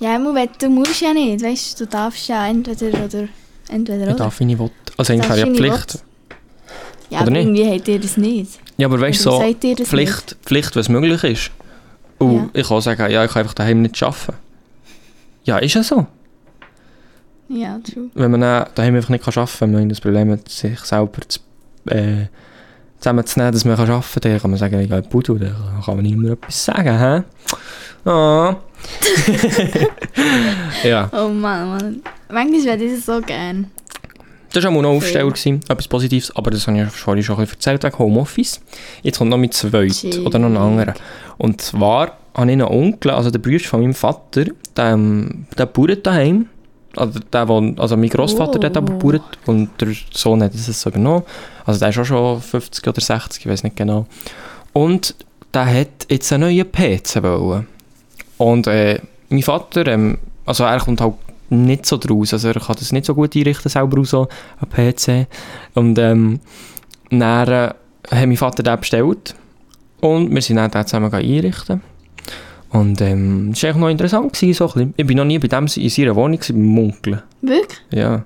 Speaker 3: Ja, immer wenn, du musst ja nicht, weißt du, du darfst ja entweder oder. Entweder
Speaker 2: Ich
Speaker 3: oder.
Speaker 2: darf, wenn ich will. Also eigentlich
Speaker 3: Darfst
Speaker 2: habe ich ja
Speaker 3: du nicht
Speaker 2: Pflicht.
Speaker 3: ja,
Speaker 2: oder
Speaker 3: aber
Speaker 2: nicht?
Speaker 3: irgendwie habt ihr das nicht.
Speaker 2: Ja, aber weißt du,
Speaker 3: Oder
Speaker 2: so
Speaker 3: sagt ihr das
Speaker 2: Pflicht, Pflicht, wenn es möglich ist. Und
Speaker 3: Ja.
Speaker 2: ich kann sagen, ja, ich kann einfach daheim nicht arbeiten. Ja, ist ja so.
Speaker 3: Ja, true.
Speaker 2: Wenn man dann daheim einfach nicht arbeiten kann, wenn man das Problem hat, sich selber zu, äh, zusammenzunehmen, dass man kann arbeiten kann, dann kann man sagen, ich gehe in die Bude, dann kann man niemand etwas sagen, hä? Ah. ja,
Speaker 3: Oh Mann, Mann. Manchmal würde ich das so gerne.
Speaker 2: das war auch mal noch ein Aufsteller, gewesen, etwas Positives, aber das habe ich ja vorhin schon ein bisschen erzählt, wegen Homeoffice. Jetzt kommt noch mein zweit,
Speaker 3: Schick.
Speaker 2: oder noch ein anderer. Und zwar habe ich einen Onkel, also der Bruder von meinem Vater, der, ähm, der bauert daheim. Also, der, wo- also mein Großvater der hat aber
Speaker 3: Oh.
Speaker 2: gebauert und der Sohn hat es so übernommen. Also der ist auch schon 50 oder 60, ich weiß nicht genau. Und der hat jetzt einen neuen PC wollen. Und äh, mein Vater, ähm, also er kommt halt nicht so draus, also er kann das nicht so gut einrichten selber auch so, ein PC. Und ähm, dann äh, hat mein Vater den bestellt und wir sind dann den zusammen einrichten. Und ähm, das war eigentlich noch interessant. Gewesen, so ein bisschen. Ich war noch nie bei dem in seiner Wohnung, gewesen, beim Munkeln.
Speaker 3: Wirklich?
Speaker 2: Ja,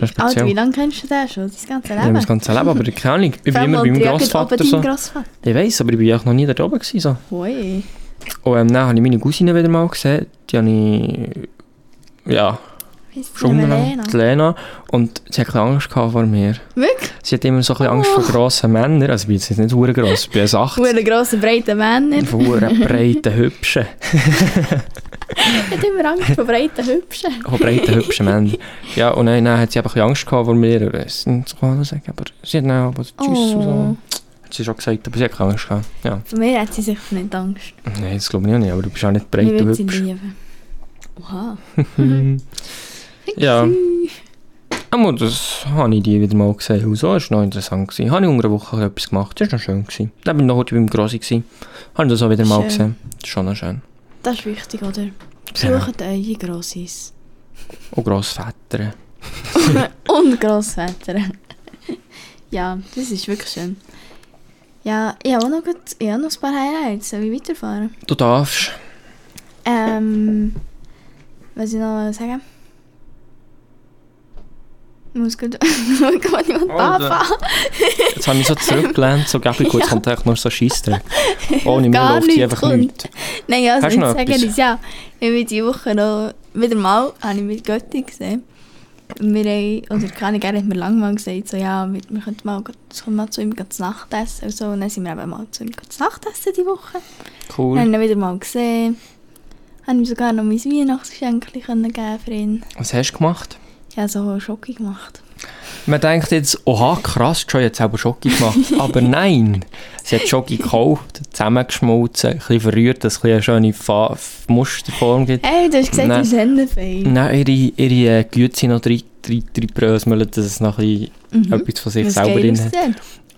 Speaker 2: das ist noch
Speaker 3: Alter, wie
Speaker 2: speziell.
Speaker 3: lange kennst du das schon? Das ganze
Speaker 2: Ich habe
Speaker 3: Leben?
Speaker 2: das ganze Leben, aber keine Ahnung, ich bin immer bei meinem Großvater so.
Speaker 3: Dein Grossvater.
Speaker 2: Ich weiß, aber ich war eigentlich noch nie da oben. Gewesen, so.
Speaker 3: Hui.
Speaker 2: Und ähm, dann habe ich meine Cousine wieder mal gesehen. Die habe ich... Ja,
Speaker 3: Weiss
Speaker 2: schon
Speaker 3: nicht mehr,
Speaker 2: lange.
Speaker 3: Lena.
Speaker 2: Die Lena. Und sie hat ein bisschen Angst gehabt vor mir.
Speaker 3: Wirklich?
Speaker 2: Sie hat immer so ein bisschen Angst
Speaker 3: Oh.
Speaker 2: vor grossen Männern. Also ich bin jetzt nicht sehr gross, ich bin 1,80.
Speaker 3: Huren grossen, breiten Männer.
Speaker 2: Von huren breiten, hübschen.
Speaker 3: Ich habe immer Angst vor breiten Hübschen.
Speaker 2: Von breiten, hübschen Männern. Ja, und dann, dann hat sie einfach ein bisschen Angst gehabt vor mir. Oder es nicht so kann ich sagen, aber sie hat dann aber Tschüss
Speaker 3: Oh.
Speaker 2: und so. Hat sie schon gesagt, aber sie hat keine Angst gehabt. Ja.
Speaker 3: Von mir hat sie sich nicht Angst.
Speaker 2: Nein, das glaube ich auch nicht, aber du bist auch nicht
Speaker 3: Ich
Speaker 2: breit und
Speaker 3: würde sie Mhm.
Speaker 2: hübsch. Mhm.
Speaker 3: lieben. Oha.
Speaker 2: Ja. Aber das habe ich die wieder mal gesehen. Und so war noch interessant. Gewesen. Habe ich unter einer Woche etwas gemacht. Das war noch schön. Gewesen. Dann bin ich noch heute beim Grossi. Gewesen. Habe ich das auch wieder mal
Speaker 3: Schön.
Speaker 2: gesehen. Das ist schon noch schön.
Speaker 3: Das ist wichtig, oder?
Speaker 2: Ja.
Speaker 3: Besucht eure Grossis.
Speaker 2: Und Grossväter.
Speaker 3: Und Grossväter. ja, das ist wirklich schön. Ja, ich habe auch noch, gut, ich habe noch ein paar Highlights. Soll ich weiterfahren?
Speaker 2: Du darfst.
Speaker 3: Ähm, was ich noch sagen? Ich muss gut, ich muss gut jemand
Speaker 2: Oh, da-
Speaker 3: anfangen.
Speaker 2: Jetzt habe ich so zurückgelehnt. So gäbe ich kurz. Kommt echt nur so Scheiss drin. Ohne mir
Speaker 3: Gar
Speaker 2: läuft hier
Speaker 3: nichts
Speaker 2: einfach
Speaker 3: kommt.
Speaker 2: nichts.
Speaker 3: Nein, ja, also
Speaker 2: Hast du
Speaker 3: ich
Speaker 2: noch
Speaker 3: sagen
Speaker 2: etwas?
Speaker 3: ist ja, ich bin diese Woche noch, wieder mal, habe ich mit Götti gesehen. Wir haben, oder keine Ahnung, er hat mir lange mal gesagt, so, ja, wir, wir könnten mal, es kommt mal zu ihm gehen zu Nacht essen und so. Und dann sind wir eben mal zu ihm gehen zu Nacht essen diese Woche. Dann habe
Speaker 2: Cool.
Speaker 3: ich ihn wieder mal gesehen. Habe ihm sogar noch mein Weihnachtsgeschenk können geben für ihn.
Speaker 2: Was hast du gemacht?
Speaker 3: Ja, so Schocke gemacht.
Speaker 2: Man denkt jetzt, oha, krass, Joy hat selber Schoki gemacht. Aber nein, sie hat Schoki gekauft, zusammengeschmolzen, ein bisschen verrührt, dass es ein bisschen eine schöne Fa F- Musterform gibt.
Speaker 3: Hey, du hast gesagt,
Speaker 2: Nein.
Speaker 3: du bist Händenfein.
Speaker 2: Nein, ihre, ihre äh, Güte sind noch drei, drei, drei Brösmeln, dass es noch ein
Speaker 3: Mhm.
Speaker 2: bisschen etwas von sich selber drin hat.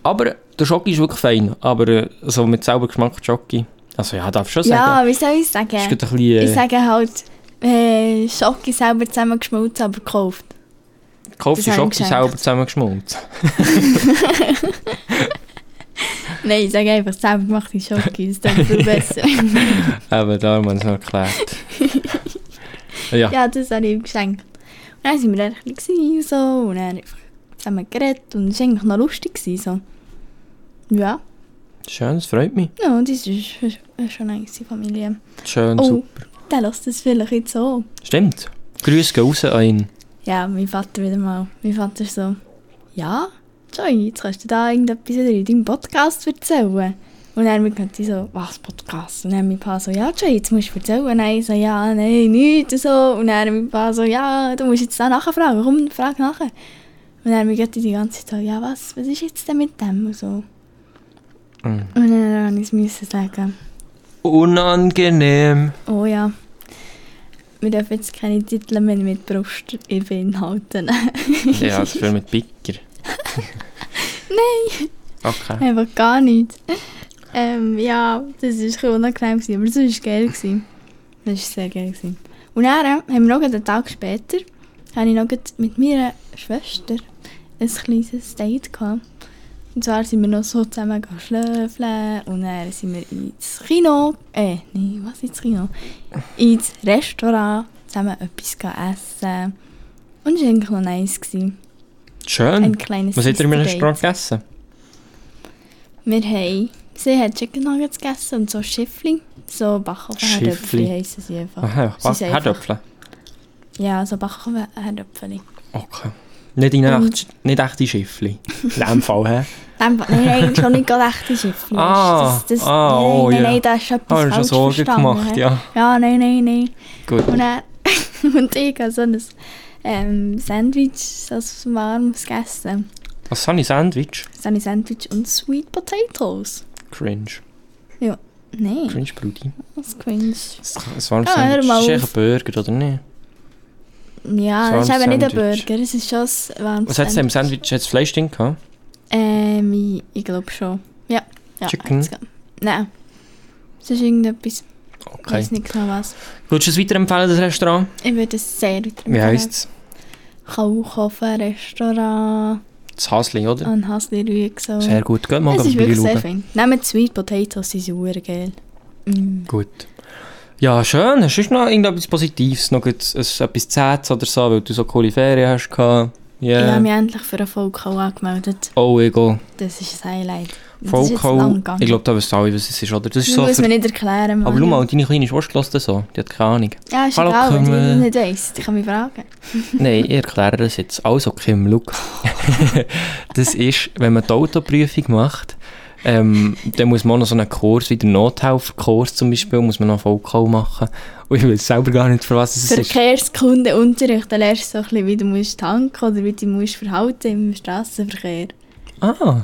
Speaker 2: Aber der Schoki ist wirklich fein. Aber äh, so mit selber Geschmack Schoki. Also ja, darf ich schon sagen.
Speaker 3: Ja, wie soll ich sagen?
Speaker 2: Ist gerade ein bisschen, äh,
Speaker 3: Ich sage halt, äh, Schocke selber zusammengeschmolzen, aber gekauft.
Speaker 2: Kauf die
Speaker 3: das habe ich
Speaker 2: Schoki
Speaker 3: geschenkt.
Speaker 2: selber zusammengeschmolzen.
Speaker 3: Nein, ich sage einfach, selber gemachte Schocke, das ist viel besser.
Speaker 2: Aber da haben wir es noch erklärt. ja.
Speaker 3: ja, das habe ich ihm geschenkt. Und dann sind wir dann ein bisschen gewesen und so, und dann einfach zusammen geredet und es war eigentlich noch lustig. Gewesen, so. Ja,
Speaker 2: schön, es freut mich.
Speaker 3: ja, das ist, ist, ist schon eine Familie.
Speaker 2: Schön,
Speaker 3: Oh,
Speaker 2: super.
Speaker 3: der lässt das vielleicht jetzt so.
Speaker 2: Stimmt. Grüße gehen raus an ihn.
Speaker 3: Ja, mein Vater wieder mal. Mein Vater ist so, ja, Joy, jetzt kannst du da irgendetwas wieder in deinem Podcast erzählen. Und dann mir ich so, was Podcast? Und dann mein Paar so, ja Joy, jetzt musst du erzählen. Und dann ich so, ja, nein, nichts und so. Und dann mein Paar so, ja, du musst jetzt da nachfragen, komm, frag nachher. Und dann mir ich die ganze Zeit so, ja was, was ist jetzt denn mit dem und so.
Speaker 2: Mhm.
Speaker 3: Und dann musste ich es sagen.
Speaker 2: Unangenehm.
Speaker 3: Oh ja. Wir dürfen jetzt keine Titel mehr mit Brust beinhalten.
Speaker 2: Ja, das Film mit Bicker.
Speaker 3: Nein,
Speaker 2: Okay.
Speaker 3: einfach gar nicht. Ähm, ja, das war ein bisschen unangenehm, gewesen, aber das war geil. Gewesen. Das war sehr geil. Gewesen. Und dann äh, haben wir noch einen Tag später habe ich noch gleich mit meiner Schwester ein kleines Date gehabt. Und zwar sind wir noch so zusammen gegangen schlöfeln und dann sind wir ins Kino, äh, nein, was ins Kino? Ins Restaurant zusammen etwas essen. Und es war eigentlich noch nice. Gewesen.
Speaker 2: Schön.
Speaker 3: Ein kleines
Speaker 2: Was habt ihr im
Speaker 3: Sister-Date.
Speaker 2: Restaurant gegessen?
Speaker 3: Wir haben, sie hat Chicken Nuggets gegessen und so Schiffli, so
Speaker 2: Schiffli.
Speaker 3: Backofen-Herdöpfli heissen sie einfach.
Speaker 2: Aha,
Speaker 3: Sie ist einfach-
Speaker 2: Herdöpfel.
Speaker 3: Ja, so Backofen-Herdöpfli.
Speaker 2: Okay. Nicht in echt, nicht echte Schiffli. In dem Fall, hä?
Speaker 3: Nein, ba- nein, eigentlich noch nicht gerade echte Schiffli.
Speaker 2: Ah,
Speaker 3: das, das,
Speaker 2: ah,
Speaker 3: nein,
Speaker 2: oh
Speaker 3: nein,
Speaker 2: ja.
Speaker 3: nein, da ist etwas
Speaker 2: Hast du schon
Speaker 3: falsch
Speaker 2: Sorgen
Speaker 3: verstanden,
Speaker 2: gemacht,
Speaker 3: hä?
Speaker 2: ja.
Speaker 3: Ja, nein, nein, nein.
Speaker 2: Gut.
Speaker 3: Und dann, und ich habe so ein ähm, Sandwich, so ein warmes gegessen.
Speaker 2: Was habe ich? Sandwich?
Speaker 3: So ein Sandwich und Sweet Potatoes.
Speaker 2: Cringe.
Speaker 3: Ja, nein,
Speaker 2: Cringe, Brudi.
Speaker 3: das ist cringe.
Speaker 2: Es war ein
Speaker 3: Ah, hör
Speaker 2: Sandwich.
Speaker 3: mal
Speaker 2: Das ist
Speaker 3: auf.
Speaker 2: echt ein Burger, oder nicht?
Speaker 3: Ja,
Speaker 2: Warmes
Speaker 3: das ist eben nicht ein
Speaker 2: Sandwich.
Speaker 3: Burger, es ist schon ein warmes
Speaker 2: Was hat es im Sandwich? Hat es Fleisch drin gehabt?
Speaker 3: Ähm, ich, ich glaube schon. Ja. ja Nou,
Speaker 2: Chicken?
Speaker 3: jetzt- Nein. Es ist irgendetwas. Ich
Speaker 2: Okay.
Speaker 3: weiß nicht genau was.
Speaker 2: Würdest du es weiterempfehlen, das Restaurant?
Speaker 3: Ich würde es sehr weiterempfehlen.
Speaker 2: Wie heisst es?
Speaker 3: Kaukofen, Restaurant,
Speaker 2: Das Hasli, oder?
Speaker 3: an Hasli Rüeg, so.
Speaker 2: Sehr gut. Geht mal
Speaker 3: Es ist
Speaker 2: vorbei
Speaker 3: wirklich sehr
Speaker 2: schauen.
Speaker 3: fein. Nehmt Nou, Sweet Potatoes, die sind super geil. Mm.
Speaker 2: Gut. Ja, schön. Hast du noch irgendetwas Positives? Noch jetzt ein- etwas Zähes oder so, weil du so coole Ferien hast gehabt?
Speaker 3: Ich
Speaker 2: Yeah.
Speaker 3: habe mich endlich für eine Folge auch angemeldet.
Speaker 2: Oh, Ego.
Speaker 3: Das ist ein Highlight. Und das ist jetzt lang
Speaker 2: Vollkau.
Speaker 3: gegangen.
Speaker 2: Ich glaube, da wissen alle, was es ist, oder? Das ist
Speaker 3: Das
Speaker 2: so.
Speaker 3: muss
Speaker 2: Für,
Speaker 3: man nicht erklären.
Speaker 2: aber schau
Speaker 3: Mario.
Speaker 2: mal, deine kleine Schwester hört das so. Die hat keine Ahnung.
Speaker 3: Ja, ist
Speaker 2: Hallo,
Speaker 3: egal, wenn ich
Speaker 2: Kim,
Speaker 3: das
Speaker 2: äh,
Speaker 3: nicht weiss. Die kann mich fragen.
Speaker 2: Nein, ich erkläre das jetzt. Also, Kim, schau. das ist, wenn man die Autoprüfung macht, ähm, dann muss man noch so einen Kurs, wie der Nothelferkurs zum Beispiel, muss man noch Vollkau machen. Und ich weiß selber gar nicht, für was es ist.
Speaker 3: Verkehrskundenunterricht, da lernst du so ein bisschen, wie du musst tanken oder wie du musst verhalten im Straßenverkehr.
Speaker 2: Ah.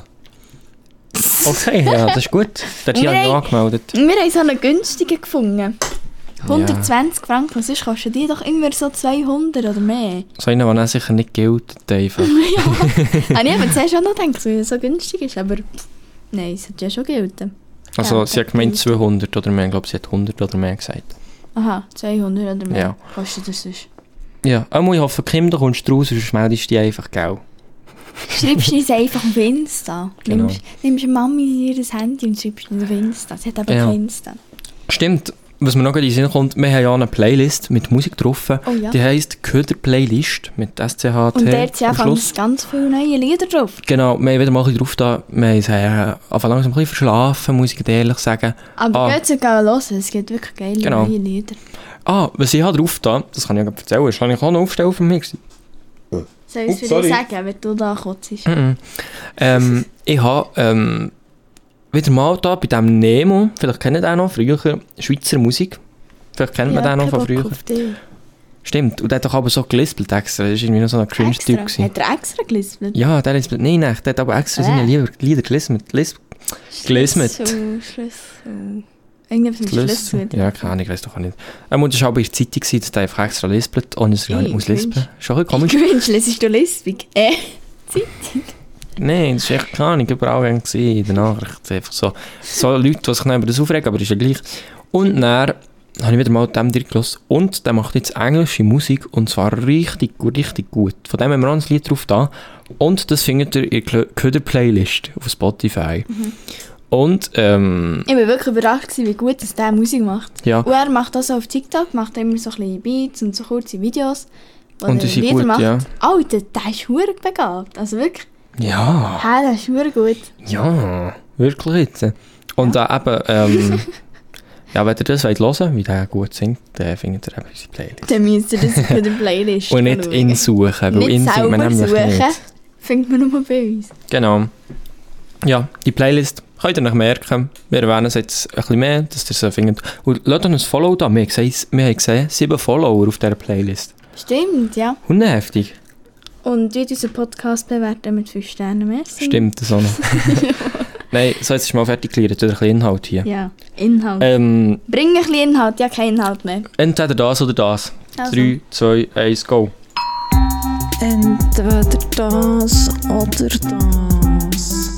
Speaker 2: Okay, ja, das ist gut. Der Tier hat
Speaker 3: Nein.
Speaker 2: noch angemeldet.
Speaker 3: Und wir haben so einen günstigen gefunden. 120 Franken, sonst kosten die doch immer so 200 oder mehr.
Speaker 2: So einer, der dann sicher nicht gilt, der einfach.
Speaker 3: Habe ich eben Ah, zuerst auch noch gedacht, weil er so günstig ist, aber pff, nein, es hat ja schon gelten.
Speaker 2: Also,
Speaker 3: Ja,
Speaker 2: sie hat
Speaker 3: der
Speaker 2: gemeint
Speaker 3: gilt.
Speaker 2: 200 oder mehr. Ich glaube, sie hat 100 oder mehr gesagt.
Speaker 3: Aha, 200 oder mehr
Speaker 2: Ja.
Speaker 3: kostet das sonst.
Speaker 2: Ja, einmal ich hoffe, Kim, da kommst du raus, sonst meldest du dich einfach, gell?
Speaker 3: Schreibst du es einfach auf Insta.
Speaker 2: Genau.
Speaker 3: Nimmst, nimmst Mami ihr Handy und schreibst es auf Insta. Sie hat aber
Speaker 2: Ja.
Speaker 3: kein Insta.
Speaker 2: Stimmt, was mir noch gerade in den Sinn kommt, wir haben ja eine Playlist mit Musik drauf.
Speaker 3: Oh ja.
Speaker 2: Die heisst Köder Playlist mit SCHT.
Speaker 3: Und dort sind
Speaker 2: am
Speaker 3: einfach
Speaker 2: Schluss.
Speaker 3: ganz viele neue Lieder drauf.
Speaker 2: Genau, wir haben wieder mal ein bisschen drauf da. Wir haben es, äh, anfangen langsam ein bisschen verschlafen, muss ich dir ehrlich sagen.
Speaker 3: Aber
Speaker 2: Ah.
Speaker 3: geht's geht es hören, es gibt wirklich geile
Speaker 2: Genau.
Speaker 3: neue Lieder.
Speaker 2: Ah, was ich habe drauf da, das kann ich ja gerade erzählen, das habe ich auch noch aufstellen von mir. gewesen.
Speaker 3: Soll ich es für dich sagen, wenn du da
Speaker 2: Hm,
Speaker 3: kotzt?
Speaker 2: Mhm. Ähm, ich habe ähm, wieder mal da bei dem Nemo, vielleicht kennt ihr den noch, früher Schweizer Musik. Vielleicht kennt man den noch von früher. Stimmt, und der hat doch aber so gelispelt extra, das war irgendwie noch so ein
Speaker 3: Extra.
Speaker 2: Cringe-Typ. gewesen.
Speaker 3: Hat er extra gelispelt?
Speaker 2: Ja, der ist nein, nein, der hat aber extra
Speaker 3: Äh.
Speaker 2: seine Lieder, Lieder gelismet. Lisp, gelismet.
Speaker 3: Schlüssel, Schlüssel. Irgendwas mit Schlüssel.
Speaker 2: Gelismet. Ja, keine Ahnung, ich weiß doch auch nicht. Ähm, und das war aber in der Zeitung, gewesen, dass der einfach extra lispelt, ohne dass er gar nicht
Speaker 3: Ey,
Speaker 2: muss lispeln.
Speaker 3: cringe.
Speaker 2: Schon ein bisschen komisch.
Speaker 3: Grinch, lesest du Lispig? Äh?
Speaker 2: Nein, das war echt keine Ahnung, überall waren sie in der Nachricht. Einfach so, so Leute, die sich dann über das aufregen, aber ist ja gleich. Und dann habe ich wieder mal dem Dirk gehört und der macht jetzt englische Musik und zwar richtig gut, richtig gut. Von dem haben wir auch ein Lied drauf da und das findet ihr in der Köder-Playlist auf Spotify. Und ähm,
Speaker 3: Ich war wirklich überrascht, gewesen, wie gut das der Musik macht.
Speaker 2: ja,
Speaker 3: Und er macht das auf TikTok, macht immer so kleine Beats und so kurze Videos. wo
Speaker 2: Und
Speaker 3: er
Speaker 2: die sind
Speaker 3: Lieder
Speaker 2: gut,
Speaker 3: macht.
Speaker 2: ja.
Speaker 3: Alter, der ist verdammt begabt. Also wirklich,
Speaker 2: ja,
Speaker 3: hä, der ist verdammt gut.
Speaker 2: ja, wirklich jetzt. Und da eben, ähm, Ja, wenn ihr das wollt hören, wie der gut singt, dann findet ihr eben unsere Playlist.
Speaker 3: Dann müsst ihr das für die Playlist
Speaker 2: Und nicht
Speaker 3: schauen.
Speaker 2: ihn suchen, weil
Speaker 3: Nicht
Speaker 2: Also ihn findet man
Speaker 3: selber
Speaker 2: nämlich
Speaker 3: suchen,
Speaker 2: nicht.
Speaker 3: findet man nur bei uns.
Speaker 2: Genau. Ja, die Playlist könnt ihr euch merken. Wir erwähnen es jetzt ein bisschen mehr, dass ihr sie findet. Und lasst uns ein Follow da. Wir haben gesehen, wir haben gesehen sieben Follower auf dieser Playlist.
Speaker 3: Stimmt, ja.
Speaker 2: Hundenheftig.
Speaker 3: Und die unseren Podcast bewerten mit 5 Sternen, merci.
Speaker 2: Stimmt das auch noch. Nein, so jetzt ist mal fertig geklärt. Wieder ein bisschen Inhalt hier.
Speaker 3: Ja, Inhalt.
Speaker 2: Ähm,
Speaker 3: Bring ein bisschen Inhalt, ja kein Inhalt mehr.
Speaker 2: entweder das oder das.
Speaker 3: Also.
Speaker 2: 3, 2, 1, go.
Speaker 5: Entweder das oder das.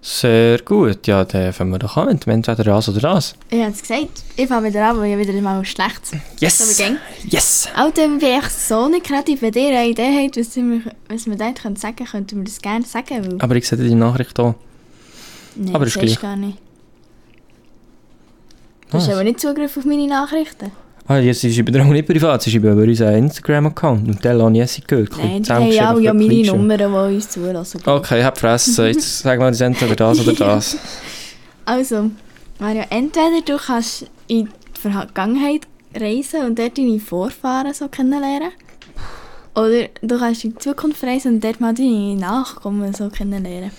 Speaker 2: Sehr gut. Ja, dann fangen wir doch an mit dem entweder das oder das.
Speaker 3: Ich habe es gesagt, ich fange wieder an, weil ich wieder mal schlecht bin. So
Speaker 2: Yes!
Speaker 3: wie gang.
Speaker 2: Yes!
Speaker 3: Alter, dann bin ich echt so nicht kreativ. Wenn ihr eine Idee habt, was wir, was wir dort können sagen könnt ihr mir das gerne sagen. Weil,
Speaker 2: Aber ich sehe die Nachricht hier.
Speaker 3: Nein,
Speaker 2: aber
Speaker 3: das
Speaker 2: ist gleich. Ah.
Speaker 3: weisst gar nicht. Du hast
Speaker 2: Was?
Speaker 3: aber nicht Zugriff auf meine Nachrichten.
Speaker 2: Ah, jetzt ist über auch nicht privat, sie ist über unseren Instagram-Account. Und dann lasse ich Jesse gehört.
Speaker 3: Nein, die haben ja auch ja meine Nummern, die uns also zulassen.
Speaker 2: Okay, ich habe Fresse. Jetzt sagen wir uns entweder das oder das.
Speaker 3: Also, Mario, entweder du kannst in die Vergangenheit reisen und dort deine Vorfahren so kennenlernen. Oder du kannst in die Zukunft reisen und dort mal deine Nachkommen so kennenlernen.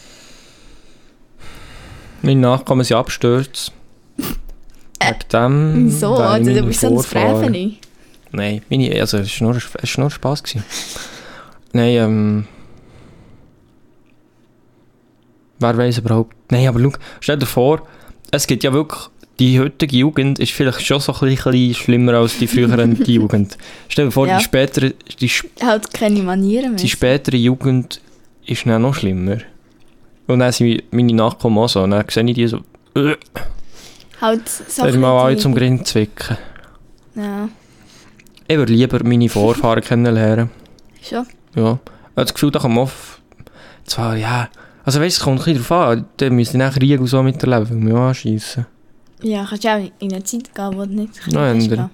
Speaker 2: Meine Nachkommen sind abgestürzt. Wegen dem.
Speaker 3: Äh, Wieso?
Speaker 2: weil
Speaker 3: Also,
Speaker 2: meine
Speaker 3: du bist so ein
Speaker 2: Vorfahren-
Speaker 3: Freveni.
Speaker 2: Nein, meine, also, es war nur, es war nur Spass. Gewesen. Nein, ähm. Wer weiß überhaupt? Nein, aber schau, stell dir vor, es gibt ja wirklich. Die heutige Jugend ist vielleicht schon so ein bisschen schlimmer als die früheren Jugend. Stell dir vor,
Speaker 3: Ja.
Speaker 2: die, spätere, die, sp-
Speaker 3: Halt keine Manieren mehr.
Speaker 2: die spätere Jugend ist dann noch schlimmer. Und dann sind meine Nachkommen auch so. Und dann sehe ich die so. Äh,
Speaker 3: Halt so
Speaker 2: dann mal alle
Speaker 3: die-
Speaker 2: zum Grind zwicken.
Speaker 3: Ja,
Speaker 2: Ich würde lieber meine Vorfahren kennenlernen.
Speaker 3: schon.
Speaker 2: Ja. Ich habe das Gefühl, da kann man oft... Zwar, ja... Also weißt du, es kommt ein bisschen drauf an. Dann müsste ich nachher Riegel so miterleben, weil wir auch anschiessen.
Speaker 3: Ja, kannst du auch in eine Zeit gehen, wo du nicht
Speaker 2: Nein,
Speaker 3: kannst.
Speaker 2: dann-
Speaker 3: gehen.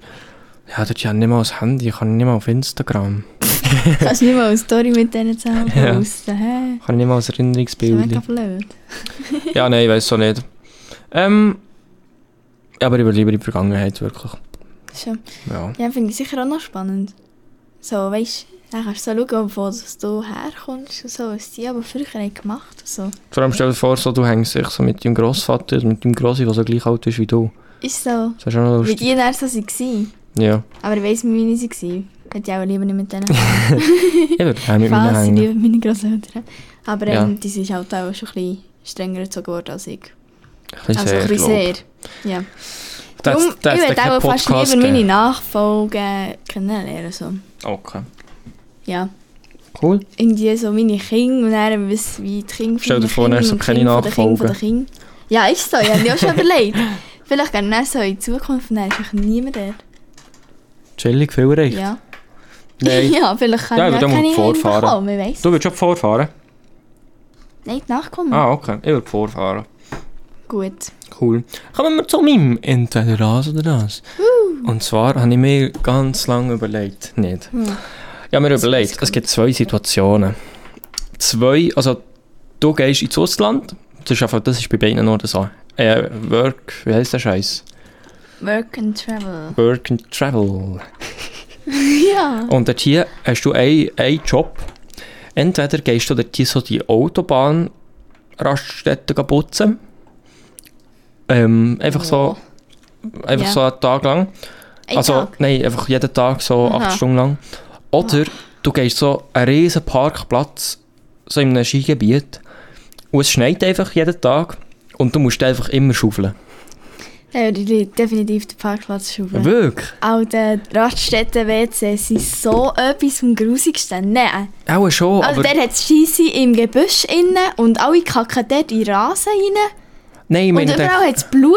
Speaker 2: Ja, dort habe ich nicht mal ein Handy, ich kann nicht mal auf Instagram.
Speaker 3: Du kannst nicht mal eine Story mit denen zusammen
Speaker 2: Ja.
Speaker 3: posten. hä?
Speaker 2: Ich kann nicht mal ein
Speaker 3: Das ist mega
Speaker 2: Erinnerungsbild.
Speaker 3: blöd.
Speaker 2: Ja, nein, ich weiss auch nicht. Ähm... ja, Aber ich würde lieber in die Vergangenheit, wirklich.
Speaker 3: Schon.
Speaker 2: Ja.
Speaker 3: Ja, finde ich sicher auch noch spannend. So, weißt du, dann kannst du so schauen, wo das du herkommst und so, was die aber früher haben gemacht und so.
Speaker 2: Vor allem stell dir vor, so, du hängst dich so mit deinem Grossvater, also mit deinem Grossi, der so gleich alt ist wie du.
Speaker 3: Ist so,
Speaker 2: Das ist auch noch
Speaker 3: wie
Speaker 2: lustig.
Speaker 3: die dann so waren.
Speaker 2: Ja.
Speaker 3: Aber ich weiss, wie meine sie waren. Hätte ich auch lieber nicht mit denen.
Speaker 2: Ich würde gerne mit mir
Speaker 3: Falls ich
Speaker 2: hängen.
Speaker 3: lieber meine Großeltern. Aber
Speaker 2: Ja.
Speaker 3: ähm, die sind halt auch schon ein bisschen strenger erzogen worden als ich.
Speaker 2: Ein bisschen
Speaker 3: Also ein bisschen
Speaker 2: glaub.
Speaker 3: sehr. Ja.
Speaker 2: Das-
Speaker 3: Darum,
Speaker 2: das
Speaker 3: ich
Speaker 2: hat
Speaker 3: würde
Speaker 2: keinen
Speaker 3: auch fast
Speaker 2: Podcast
Speaker 3: lieber meine
Speaker 2: gegeben.
Speaker 3: Nachfolgen kennenlernen. So.
Speaker 2: Okay.
Speaker 3: Ja.
Speaker 2: Cool.
Speaker 3: irgendwie so meine Kinder und dann weiss, wie die Kinder
Speaker 2: Stell dir
Speaker 3: meinen
Speaker 2: vor, dann hast du
Speaker 3: Kindern
Speaker 2: keine
Speaker 3: und die Kinder von den Kindern von den Kindern. Ja, ist so, ich habe mir auch schon überlegt. Vielleicht gerne dann so in Zukunft und dann ist echt niemand der.
Speaker 2: Chillig, viel recht.
Speaker 3: Ja.
Speaker 2: Nein.
Speaker 3: ja, vielleicht kann
Speaker 2: Ja,
Speaker 3: ich
Speaker 2: aber
Speaker 3: auch
Speaker 2: dann muss
Speaker 3: keine
Speaker 2: man vorfahren.
Speaker 3: hinbekommen, wer weiss.
Speaker 2: Du willst schon vorfahren?
Speaker 3: Nein, die Nachkommen.
Speaker 2: Ah, okay. Ich würde vorfahren.
Speaker 3: Gut.
Speaker 2: Cool. Kommen wir zu meinem Entweder das oder das.
Speaker 3: Uh.
Speaker 2: Und zwar habe ich mir ganz lange überlegt. Nicht.
Speaker 3: Hm.
Speaker 2: Ja, mir überlegt. Es gibt zwei Situationen. Zwei, also du gehst ins Ausland. Das ist, einfach, das ist bei beiden Orten so. Äh, Work, wie heißt der Scheiß?
Speaker 3: Work and Travel.
Speaker 2: Work and Travel.
Speaker 3: Ja.
Speaker 2: Und dort hier hast du einen, einen Job. Entweder gehst du dort hier so die Autobahnraststätten gehen putzen. Ähm, einfach so. Einfach
Speaker 3: Ja.
Speaker 2: so einen Tag lang.
Speaker 3: Ein
Speaker 2: also,
Speaker 3: Tag.
Speaker 2: nein, einfach jeden Tag so
Speaker 3: Aha.
Speaker 2: acht Stunden lang. Oder du gehst so einen riesen Parkplatz, so in einem Skigebiet. Und es schneit einfach jeden Tag. Und du musst einfach immer schaufeln.
Speaker 3: Dann würde ich definitiv den Parkplatz schaufeln.
Speaker 2: Wirklich?
Speaker 3: Auch die Raststätten-WC sind so etwas vom Grusigsten. Nein.
Speaker 2: Auch schon,
Speaker 3: Also
Speaker 2: aber...
Speaker 3: der hat Scheisse im Gebüsch innen und alle kacken dort in den Rasen rein.
Speaker 2: Nein, ich
Speaker 3: Und
Speaker 2: meine...
Speaker 3: überall hat es Blut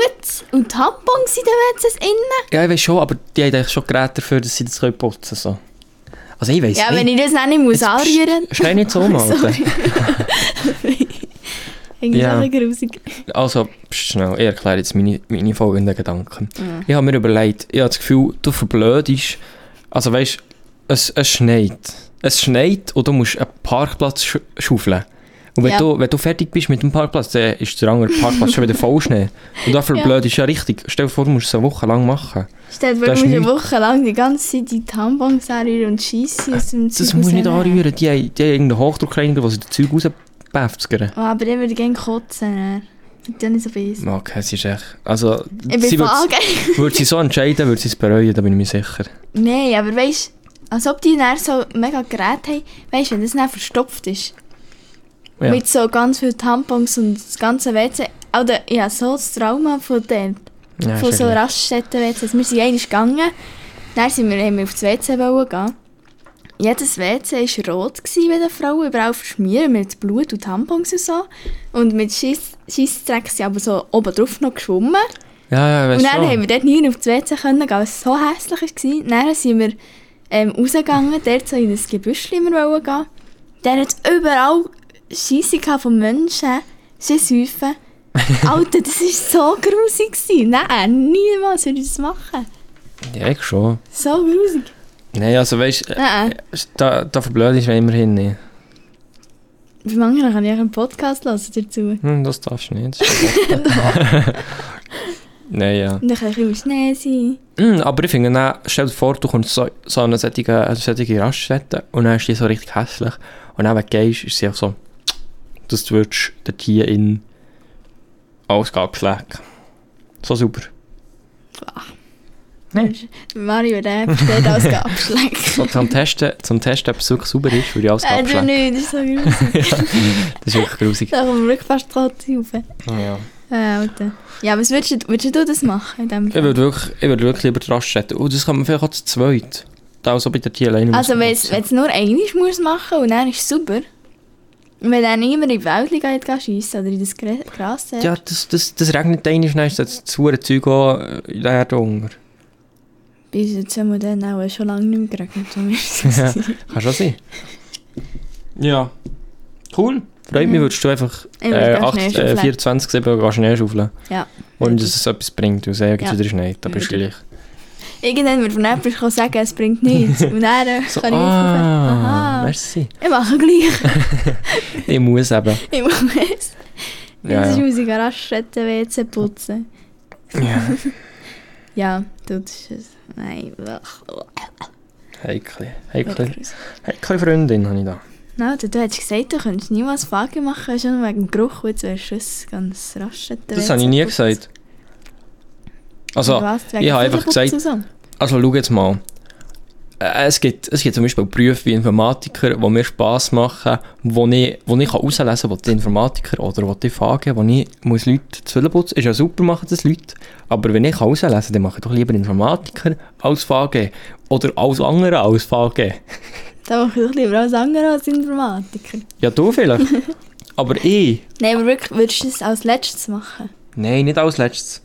Speaker 3: und Tampons in den WCs innen.
Speaker 2: Ja, ich weiß schon, aber die haben eigentlich schon Geräte dafür, dass sie das können putzen können. So. Also ich weiß
Speaker 3: Ja,
Speaker 2: nicht.
Speaker 3: wenn ich das dann nicht muss
Speaker 2: Jetzt
Speaker 3: anrühren
Speaker 2: Schnell nicht so
Speaker 3: Sorry.
Speaker 2: machen.
Speaker 3: Irgendwie
Speaker 2: Ja.
Speaker 3: so ein bisschen grusig.
Speaker 2: also, pst, schnell, ich erkläre jetzt meine, meine folgenden Gedanken.
Speaker 3: Mhm.
Speaker 2: Ich habe mir überlegt, ich habe das Gefühl, du verblödest. Also weißt es, es schneit. Es schneit und du musst einen Parkplatz sch schaufeln. Und wenn,
Speaker 3: Ja.
Speaker 2: du, wenn du fertig bist mit dem Parkplatz, dann ist der andere Parkplatz schon wieder voll Schnee. Und dafür
Speaker 3: Ja.
Speaker 2: blöd ist ja richtig. Stell dir vor, du musst es eine Woche lang machen.
Speaker 3: Stell dir vor,
Speaker 2: Das
Speaker 3: du
Speaker 2: ist
Speaker 3: musst eine
Speaker 2: nicht-
Speaker 3: Woche lang die ganze Zeit die Tampons anrühren und schiessen aus dem
Speaker 2: Das
Speaker 3: Zeug
Speaker 2: musst du nicht
Speaker 3: rausnehmen.
Speaker 2: anrühren. Die haben, die haben irgendeinen Hochdruckreiniger, der sie das Zeug rauspäfzigern.
Speaker 3: Ah, aber der würde gerne kotzen. Er. Dann ist er bei uns.
Speaker 2: Okay, es ist echt... Also,
Speaker 3: Ich bin
Speaker 2: sie
Speaker 3: voll
Speaker 2: würde,
Speaker 3: angegangen.
Speaker 2: würde sie so entscheiden, würde sie es bereuen, da bin ich mir sicher.
Speaker 3: Nein, aber weißt du, als ob die dann so mega Gerät haben, weißt du, wenn das dann verstopft ist.
Speaker 2: Ja.
Speaker 3: Mit so ganz vielen Tampons und das ganze WC. Oder ich habe so das Trauma von dem,
Speaker 2: Ja,
Speaker 3: von
Speaker 2: ist
Speaker 3: so
Speaker 2: ehrlich.
Speaker 3: Raststätten-WCs. Wir sind einmal gegangen, dann sind wir, haben wir auf das WC wollen gehen. Jedes WC war rot gewesen, bei den Frauen, überall verschmiert mit Blut und Tampons und so. Und mit Schiss- Scheissdreck sind aber so oben drauf noch geschwommen.
Speaker 2: ja, ja, ich
Speaker 3: Und
Speaker 2: weiss
Speaker 3: dann
Speaker 2: schon.
Speaker 3: haben wir dort nie auf das WC können, gehen, weil es so hässlich war. Dann sind wir ähm, rausgegangen, dort so in ein Gebüsch wir wollen gehen. Dann hat es überall Scheisse gehabt von Menschen, Scheisshäufen. Alter, das war so grusig. gewesen. Nein, niemals würde ich das machen.
Speaker 2: Ja, ich schon.
Speaker 3: So grusig.
Speaker 2: Nein, also weißt du,
Speaker 3: Nein,
Speaker 2: da, da verblöd ist, wenn immerhin nicht.
Speaker 3: bei manchen kann ich auch einen Podcast hören dazu.
Speaker 2: Hm, das darfst du nicht. das ist verboten. Nein, ja.
Speaker 3: Und dann kann ich im Schnee sein.
Speaker 2: Mm, aber ich finde, dann, stell dir vor, du kommst so, so an eine solche, eine solche Raststätte und dann ist die so richtig hässlich. Und dann, wenn du gehst, ist sie auch so, dass du würdest dort hier in alles geht schlecht. So super.
Speaker 3: Mario, der versteht alles abschlecken.
Speaker 2: So, zum Testen, zum Testen, ob es wirklich sauber ist, würde ich alles
Speaker 3: Äh, du
Speaker 2: abschlecken.
Speaker 3: nicht, das ist so grusig.
Speaker 2: Das ist wirklich grusig.
Speaker 3: Da kommen wir fast tot rauf.
Speaker 2: Ja.
Speaker 3: Ja, Alter. Äh, Ja, was würdest du, würdest du das machen? In dem
Speaker 2: Ich würde wirklich, ich würde wirklich lieber die Raststätte. Oh, das kann man vielleicht auch zu zweit. Da auch so bei der Tier alleine
Speaker 3: also,
Speaker 2: muss-
Speaker 3: wenn es wenn es nur einmal muss machen und dann ist es super. Und wenn dann niemand in die Welt geht, geht schiessen oder in das Gra- Gras. äh,
Speaker 2: Ja, das, das, das regnet einmal, dann ist das zu Zeug auch äh, in der Erde unter.
Speaker 3: Bis jetzt haben wir dann auch schon lange nicht mehr geregnet. wo wir
Speaker 2: Ja.
Speaker 3: waren.
Speaker 2: Kann schon sein. Ja. Cool. Freut mich, würdest du einfach
Speaker 3: Mhm. Ich würd
Speaker 2: äh,
Speaker 3: gerne
Speaker 2: 8,
Speaker 3: Schnee
Speaker 2: äh,
Speaker 3: schaufeln.
Speaker 2: 24, 7 gehen Schnee schaufeln.
Speaker 3: Ja.
Speaker 2: Und dass es etwas bringt, weil es ja.
Speaker 3: Ja.
Speaker 2: wieder schneit. Aber ist
Speaker 3: Ja.
Speaker 2: gleich.
Speaker 3: Irgendwann wird von jemandem kommen sagen, es bringt nichts. Und dann äh,
Speaker 2: So,
Speaker 3: kann ich
Speaker 2: ah,
Speaker 3: aufhören. Aha,
Speaker 2: merci.
Speaker 3: ich mache gleich.
Speaker 2: Ich muss eben.
Speaker 3: Ich mache es.
Speaker 2: Ja,
Speaker 3: Jetzt
Speaker 2: ja.
Speaker 3: muss ich Garage WC putzen. Ja, das ist es. Nein, ach,
Speaker 2: Heikle,
Speaker 3: wirklich
Speaker 2: heikle,
Speaker 3: grusig.
Speaker 2: heikle Freundin habe ich da.
Speaker 3: Na, du, du hättest gesagt, du könntest niemals Fage machen, schon wegen dem Geruch, und jetzt wärst du es ganz rasch.
Speaker 2: Das habe ich nie gesagt. Also, ich habe einfach gesagt,
Speaker 3: So.
Speaker 2: Also schau jetzt mal. Äh, Es gibt, es gibt zum Beispiel Berufe wie Informatiker, die mir Spass machen, wo ich, wo ich herauslesen kann, wo die Informatiker oder wo die Fage, wo ich muss Leute Zwiebeln putzen. Ist ja super, machen das Leute. Aber wenn ich herauslesen kann, dann mache ich doch lieber Informatiker als Fage. Oder alles andere als Fage.
Speaker 3: Da mache ich doch lieber alles andere als Informatiker.
Speaker 2: Ja, du vielleicht. aber ich?
Speaker 3: Nein, aber wirklich, würdest du es als letztes machen?
Speaker 2: Nein, nicht als letztes.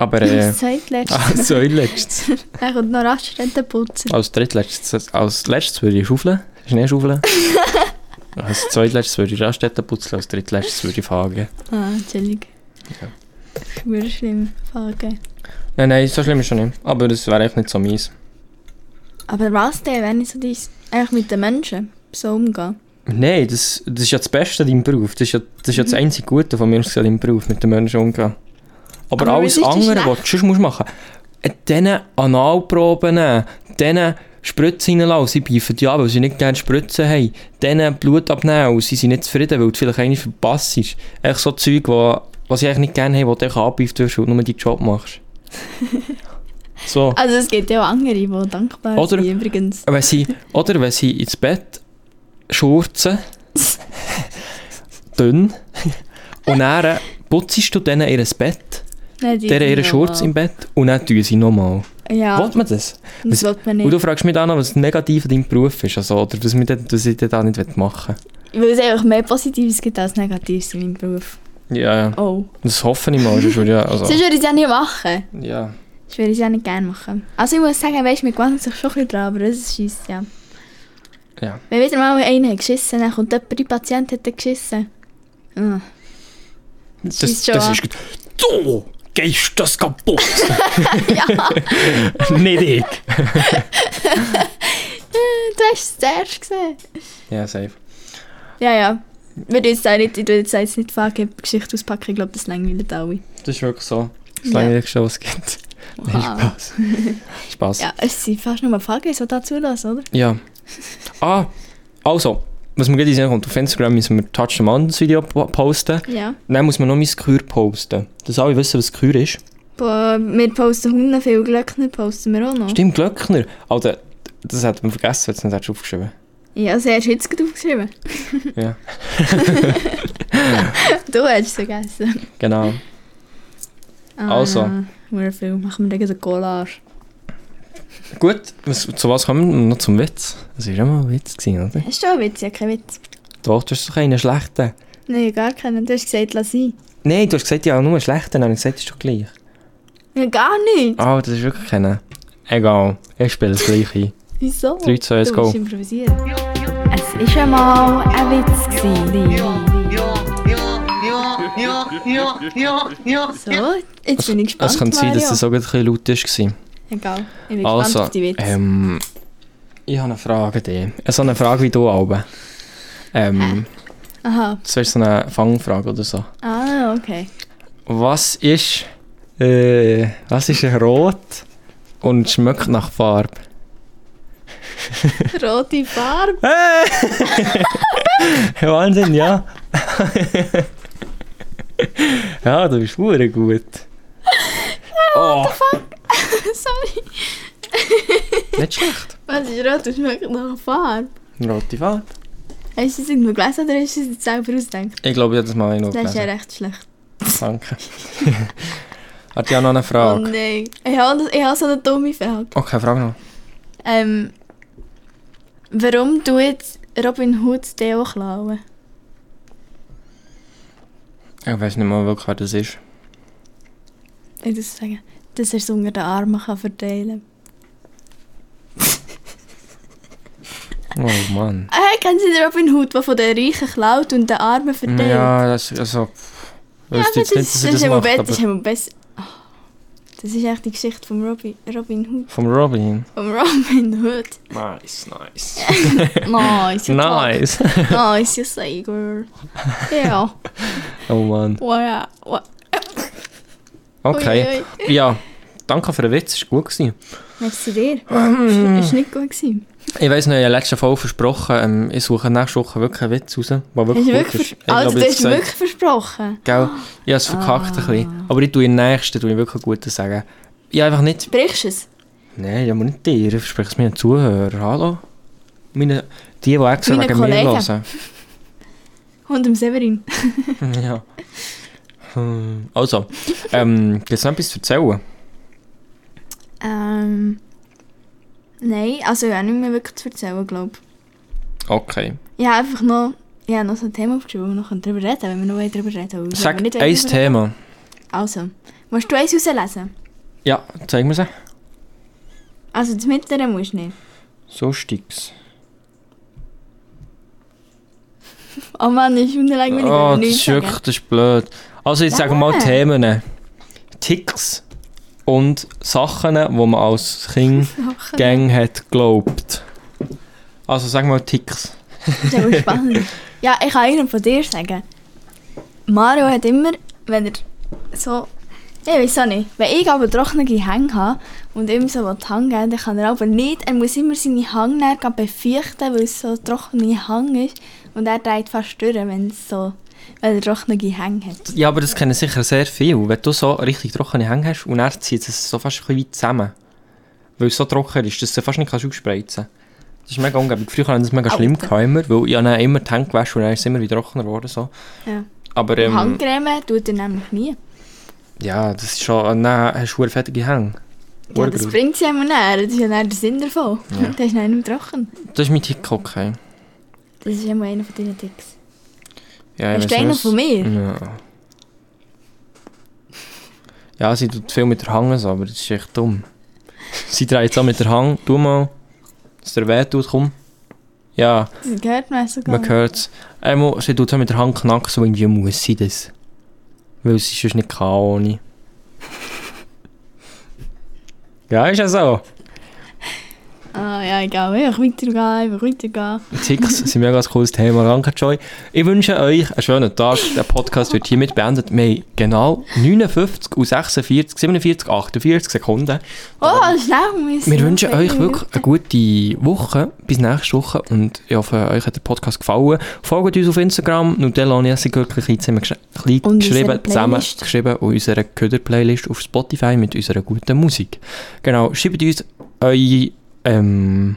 Speaker 2: Aber äh,
Speaker 3: Als zweitletztes.
Speaker 2: als zweitletztes.
Speaker 3: Dann kommt noch Raststätte putzen.
Speaker 2: Als drittletztes, als letztes würde ich schaufeln, Schneeschaufeln. als zweitletztes würde ich Raststätten putzen, als drittletztes würde ich fahren.
Speaker 3: Ah, chillig.
Speaker 2: Ja.
Speaker 3: Schwer schlimm, Fage.
Speaker 2: Nein, nein, so schlimm ist schon nicht. Aber das wäre echt nicht so mies.
Speaker 3: Aber was denn, wenn ich so dies einfach mit den Menschen so umgehe?
Speaker 2: Nein, das, das ist ja das Beste an deinem Beruf. Das ist ja das, ist ja das
Speaker 3: Mhm.
Speaker 2: einzige Gute von mir aus gesehen, deinem Beruf, mit den Menschen umgehen. Aber,
Speaker 3: Aber
Speaker 2: alles
Speaker 3: was ist das
Speaker 2: andere, was
Speaker 3: Schlechte?
Speaker 2: du sonst musst machen musst, diesen Analproben nehmen, diesen Spritzen reinlassen, sie beifen ja, weil sie nicht gerne Spritzen haben, diesen Blut abnehmen und sie sind nicht zufrieden, weil du vielleicht eine verpasst hast. Echt so Zeug, wo, was ich eigentlich nicht gerne habe, wo du dich abbeifen wirst und nur deinen Job machst. so.
Speaker 3: Also es gibt ja auch andere, die dankbar
Speaker 2: Oder-
Speaker 3: sind übrigens.
Speaker 2: Wenn sie, oder wenn sie ins Bett schurzen, dünn, und dann putzest du denen ihr Bett,
Speaker 3: Nein, die
Speaker 2: deren
Speaker 3: sind
Speaker 2: ihre
Speaker 3: ja Ah.
Speaker 2: Schurz
Speaker 3: auch-
Speaker 2: im Bett, und dann tun sie nochmal.
Speaker 3: Ja,
Speaker 2: Wollt man das?
Speaker 3: das wollte man
Speaker 2: Und
Speaker 3: nicht.
Speaker 2: du fragst mich dann noch, was negativ an deinem Beruf ist, also, oder was, mit, was ich da nicht machen
Speaker 3: Weil es einfach mehr Positives gibt als Negatives in meinem Beruf.
Speaker 2: will. Ja, ja.
Speaker 3: Oh.
Speaker 2: Das hoffe ich mal, sonst würde ja, also,
Speaker 3: Sonst würde ich es ja nicht machen.
Speaker 2: ja.
Speaker 3: Ich würde es ja nicht gerne machen. Also ich muss sagen, weißt, wir gewöhnen sich schon ein bisschen dran, aber das ist scheisse, ja.
Speaker 2: Ja.
Speaker 3: Wenn wieder mal einer hat geschissen dann kommt jemand, der Patient hat dann geschissen. Ah.
Speaker 2: Das,
Speaker 3: Schießt schon
Speaker 2: das
Speaker 3: an.
Speaker 2: ist gut. Du gehst das kaputt. nicht ich.
Speaker 3: Du Hm, hast es zuerst gesehen.
Speaker 2: Ja, safe.
Speaker 3: Ja, ja. Wir tun jetzt auch nicht, ich tue jetzt auch jetzt nicht die Fahrgeschenke auspacken, ich glaube, das langweilt alle.
Speaker 2: Das ist wirklich so.
Speaker 3: Ja.
Speaker 2: Solange ja. es was gibt. Nein, Spaß. Spaß.
Speaker 3: Ja, es sind fast nur Fragen, die da zulassen, oder?
Speaker 2: Ja. Ah, also, was mir gerade in den Sinn kommt, auf Instagram müssen wir Touch the Mountains Video po- posten.
Speaker 3: Ja.
Speaker 2: Dann muss man noch mein Kür posten. Dass alle wissen, was Kür ist.
Speaker 3: Boah, wir posten Hunde, viel Glöckner posten wir auch noch.
Speaker 2: Stimmt, Glöckner. Also, das hätte man vergessen, wenn du es nicht hättest aufgeschrieben
Speaker 3: Ja, also hast du jetzt gerade aufgeschrieben.
Speaker 2: Ja.
Speaker 3: Du hättest es vergessen.
Speaker 2: Genau.
Speaker 3: Ah,
Speaker 2: Also.
Speaker 3: Hure viel. Machen wir gleich so eine Collage.
Speaker 2: Gut, was, zu was kommen wir? Noch zum Witz. Das war immer ein Witz, gewesen, oder?
Speaker 3: Hast du auch einen Witz? Ja, kein Witz.
Speaker 2: Doch, du hast doch einen schlechten.
Speaker 3: Nein, gar keinen. Du hast gesagt, lass sein.
Speaker 2: Nein, du hast gesagt, ja, nur einen schlechten. Dann habe ich gesagt, ist doch gleich.
Speaker 3: Ja, gar nicht.
Speaker 2: Ah, das ist wirklich keiner. Egal, ich spiele das gleiche.
Speaker 3: Wieso?
Speaker 2: 3, 2, 1,
Speaker 3: Du
Speaker 2: go.
Speaker 3: musst improvisieren. Es ist einmal ein Witz gewesen. So, jetzt bin ich gespannt,
Speaker 2: Es könnte sein, dass
Speaker 3: Mario.
Speaker 2: das auch gerade ein bisschen laut war.
Speaker 3: Egal, ich bin gespannt
Speaker 2: Also,
Speaker 3: auf die Witze.
Speaker 2: ähm, ich habe eine Frage an dich. Äh, So eine Frage wie du, Alben. Ähm,
Speaker 3: Aha,
Speaker 2: das wäre so eine Fangfrage oder so.
Speaker 3: ah, okay.
Speaker 2: Was ist, äh, was ist rot und schmeckt nach Farbe?
Speaker 3: Rote Farbe.
Speaker 2: Wahnsinn, ja. ja, du bist hure gut. Oh,
Speaker 3: Sorry.
Speaker 2: nicht schlecht.
Speaker 3: Was ist rot und schmeckt nach Farbe?
Speaker 2: Rote Farbe.
Speaker 3: Hast du das irgendwo gelesen oder hast du es jetzt selber ausgedacht?
Speaker 2: Ich glaube, ich habe das mal noch
Speaker 3: Das ist ja
Speaker 2: gelesen.
Speaker 3: recht schlecht.
Speaker 2: Danke. Hat ja noch eine
Speaker 3: Oh
Speaker 2: Frage.
Speaker 3: nein. Ich habe, ich habe so eine dumme Frage.
Speaker 2: Okay, Frage noch.
Speaker 3: Ähm, warum tut Robin Hood Deo klauen?
Speaker 2: Ich weiß nicht mal wirklich, wer das ist.
Speaker 3: Ich muss sagen, dass er es unter den Armen kann verteilen
Speaker 2: Oh Mann.
Speaker 3: kann. Hey, kennen Sie den Robin Hood, der von den Reichen klaut und den Armen verteilt?
Speaker 2: Ja, das also. pff,
Speaker 3: Ja,
Speaker 2: wüsste jetzt nicht, dass er das
Speaker 3: immer
Speaker 2: macht,
Speaker 3: besser. Das ist
Speaker 2: aber
Speaker 3: immer besser. Ah, Das ist echt die Geschichte von Robin, Robin Hood.
Speaker 2: vom Robin.
Speaker 3: Von Robin Hood.
Speaker 2: Nice, nice.
Speaker 3: Nice. you talk.
Speaker 2: nice.
Speaker 3: Nice, you say, girl. Ja.
Speaker 2: Oh Mann.
Speaker 3: Wow. wow.
Speaker 2: Okay.
Speaker 3: Ui, ui.
Speaker 2: Ja, danke für den Witz, ist gut gewesen.
Speaker 3: Merci dir. Ist ist nicht gut gewesen.
Speaker 2: Ich weiß noch, ich habe in der letzten Folge versprochen, ähm, ich suche nächste Woche wirklich einen Witz raus, der
Speaker 3: Hast
Speaker 2: wirklich
Speaker 3: du
Speaker 2: gut
Speaker 3: wirklich,
Speaker 2: ist.
Speaker 3: vers
Speaker 2: Ich
Speaker 3: Alter,
Speaker 2: glaube,
Speaker 3: du
Speaker 2: ich
Speaker 3: hast
Speaker 2: habe es
Speaker 3: wirklich Ah. versprochen.
Speaker 2: gesagt, gell? Ich habe es verkackt ein bisschen. Aber ich tue im nächsten tue ich wirklich einen guten sagen. Ich einfach nicht...
Speaker 3: Brichst du es?
Speaker 2: Nein, ja, aber nicht dir. Ich verspreche es meinen Zuhörern. Hallo? Meine, die, die extra
Speaker 3: Meine
Speaker 2: wegen mir
Speaker 3: Kollegen.
Speaker 2: hören.
Speaker 3: Und dem Severin.
Speaker 2: Ja. Hm, Also, ähm, gibt es noch etwas zu erzählen?
Speaker 3: Ähm. Nein, also ich habe nicht mehr wirklich zu erzählen, glaube ich.
Speaker 2: Okay.
Speaker 3: Ich habe einfach noch, ich habe noch so ein Thema aufgeschrieben, wo wir noch darüber reden können, wenn wir noch darüber reden wollen.
Speaker 2: Sag
Speaker 3: Wenn wir nicht
Speaker 2: ein
Speaker 3: darüber-
Speaker 2: Thema.
Speaker 3: Also, musst du eins rauslesen?
Speaker 2: Ja, zeig mir es.
Speaker 3: Also das mittlere musst du nicht.
Speaker 2: So steig's.
Speaker 3: Oh Mann, das ist
Speaker 2: Oh,
Speaker 3: unlangweilig, wenn wir
Speaker 2: das
Speaker 3: nichts
Speaker 2: ist
Speaker 3: sagen.
Speaker 2: wirklich das ist blöd. Also, jetzt sagen wir mal
Speaker 3: Ja.
Speaker 2: Themen. Ticks und Sachen, die man als Kind
Speaker 3: Oh,
Speaker 2: gang hat geglaubt. Also, sagen wir mal Ticks.
Speaker 3: Das ist aber spannend. ja, ich kann einem von dir sagen. Mario hat immer, wenn er so... Ich weiß auch nicht. Wenn ich aber trockene Hänge habe und ihm so die Hänge geben dann kann er aber nicht. Er muss immer seine Hänge dann gehen befeuchten, weil es so trockene Hänge ist. Und er dreht fast durch, wenn, es so, wenn er trockene Hänge hat.
Speaker 2: Ja, aber das kennen sicher sehr viele. Wenn du so richtig trockene Hänge hast und er zieht es so fast ein bisschen weit zusammen. Weil es so trocken ist, dass du fast nicht kannst ausspreizen kannst. Das ist mega unglaublich. Früher haben das mega schlimm
Speaker 3: Alter.
Speaker 2: gehabt, immer, weil ich habe dann immer die Hände gewaschen und dann ist es immer wieder trockener geworden. So.
Speaker 3: Ja.
Speaker 2: Aber
Speaker 3: Ähm.
Speaker 2: ähm,
Speaker 3: Handcreme tut er nämlich nie.
Speaker 2: ja, das ist schon... Dann hast du verdammt fettige Hänge.
Speaker 3: Ja, das
Speaker 2: Urgrund.
Speaker 3: bringt sie einem näher. Das ist ja dann der Sinn davon.
Speaker 2: Ja.
Speaker 3: Das ist dann nicht mehr trocken.
Speaker 2: Das ist mein Tick, okay.
Speaker 3: Das ist immer einer von deinen Ticks.
Speaker 2: Ja, ich
Speaker 3: Hast du
Speaker 2: weiss
Speaker 3: einen
Speaker 2: nicht,
Speaker 3: von
Speaker 2: was-
Speaker 3: mir?
Speaker 2: Ja. Ja, sie tut viel mit der Hang, so, aber das ist echt dumm. Sie dreht so mit der Hang. Tu mal, dass der weh tut, komm. Ja,
Speaker 3: Das gehört mir sogar.
Speaker 2: man hört's. Einmal, sie tut so mit der Hand knacken, so irgendwie muss sie das. Weil sie sonst nicht kann ohne. ja, ist ja so.
Speaker 3: Ah, Ah, ja, egal. Einfach weitergehen, einfach weitergehen.
Speaker 2: Ticks sind mega ein cooles Thema. Danke, Joy. Ich wünsche euch einen schönen Tag. Der Podcast wird hiermit beendet. Wir haben genau 59 und 46, 47, 48 Sekunden.
Speaker 3: Oh, schnell müssen.
Speaker 2: Wir wünschen euch wirklich eine gute Woche. Bis nächste Woche. Und ich hoffe, euch hat der Podcast gefallen. Folgt uns auf Instagram. Nutella und Jesse Gürtel klein zusammen gesch- klein
Speaker 3: Und
Speaker 2: geschrieben,
Speaker 3: unserer
Speaker 2: zusammen
Speaker 3: Playlist.
Speaker 2: geschrieben und unserer Köder-Playlist auf Spotify mit unserer guten Musik. Genau. Schreibt uns eure, ähm,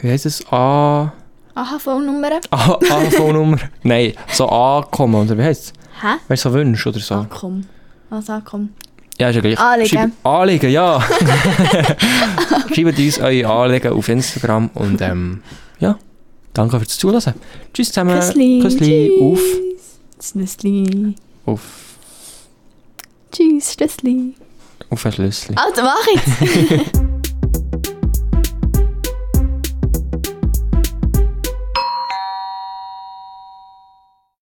Speaker 2: wie heisst es? Ah,
Speaker 3: AHV-Nummern.
Speaker 2: Ah, Anrufnummer. Nein, so ankommen, oder wie heisst es?
Speaker 3: Hä?
Speaker 2: Wenn du so wünschst oder so.
Speaker 3: Ankommen. Was ankommen?
Speaker 2: Ja, ist ja gleich.
Speaker 3: Ah. Anliegen.
Speaker 2: Schreib- Anliegen, ja. Schreibt uns eure Anliegen auf Instagram und ähm, ja, danke fürs Zuhören. Tschüss zusammen.
Speaker 3: Küssli.
Speaker 2: Küssli. Auf.
Speaker 3: Schlüssli.
Speaker 2: Auf.
Speaker 3: Tschüss, Schlüssli.
Speaker 2: Auf ein Schlüssel.
Speaker 3: Oh, Also, mach jetzt.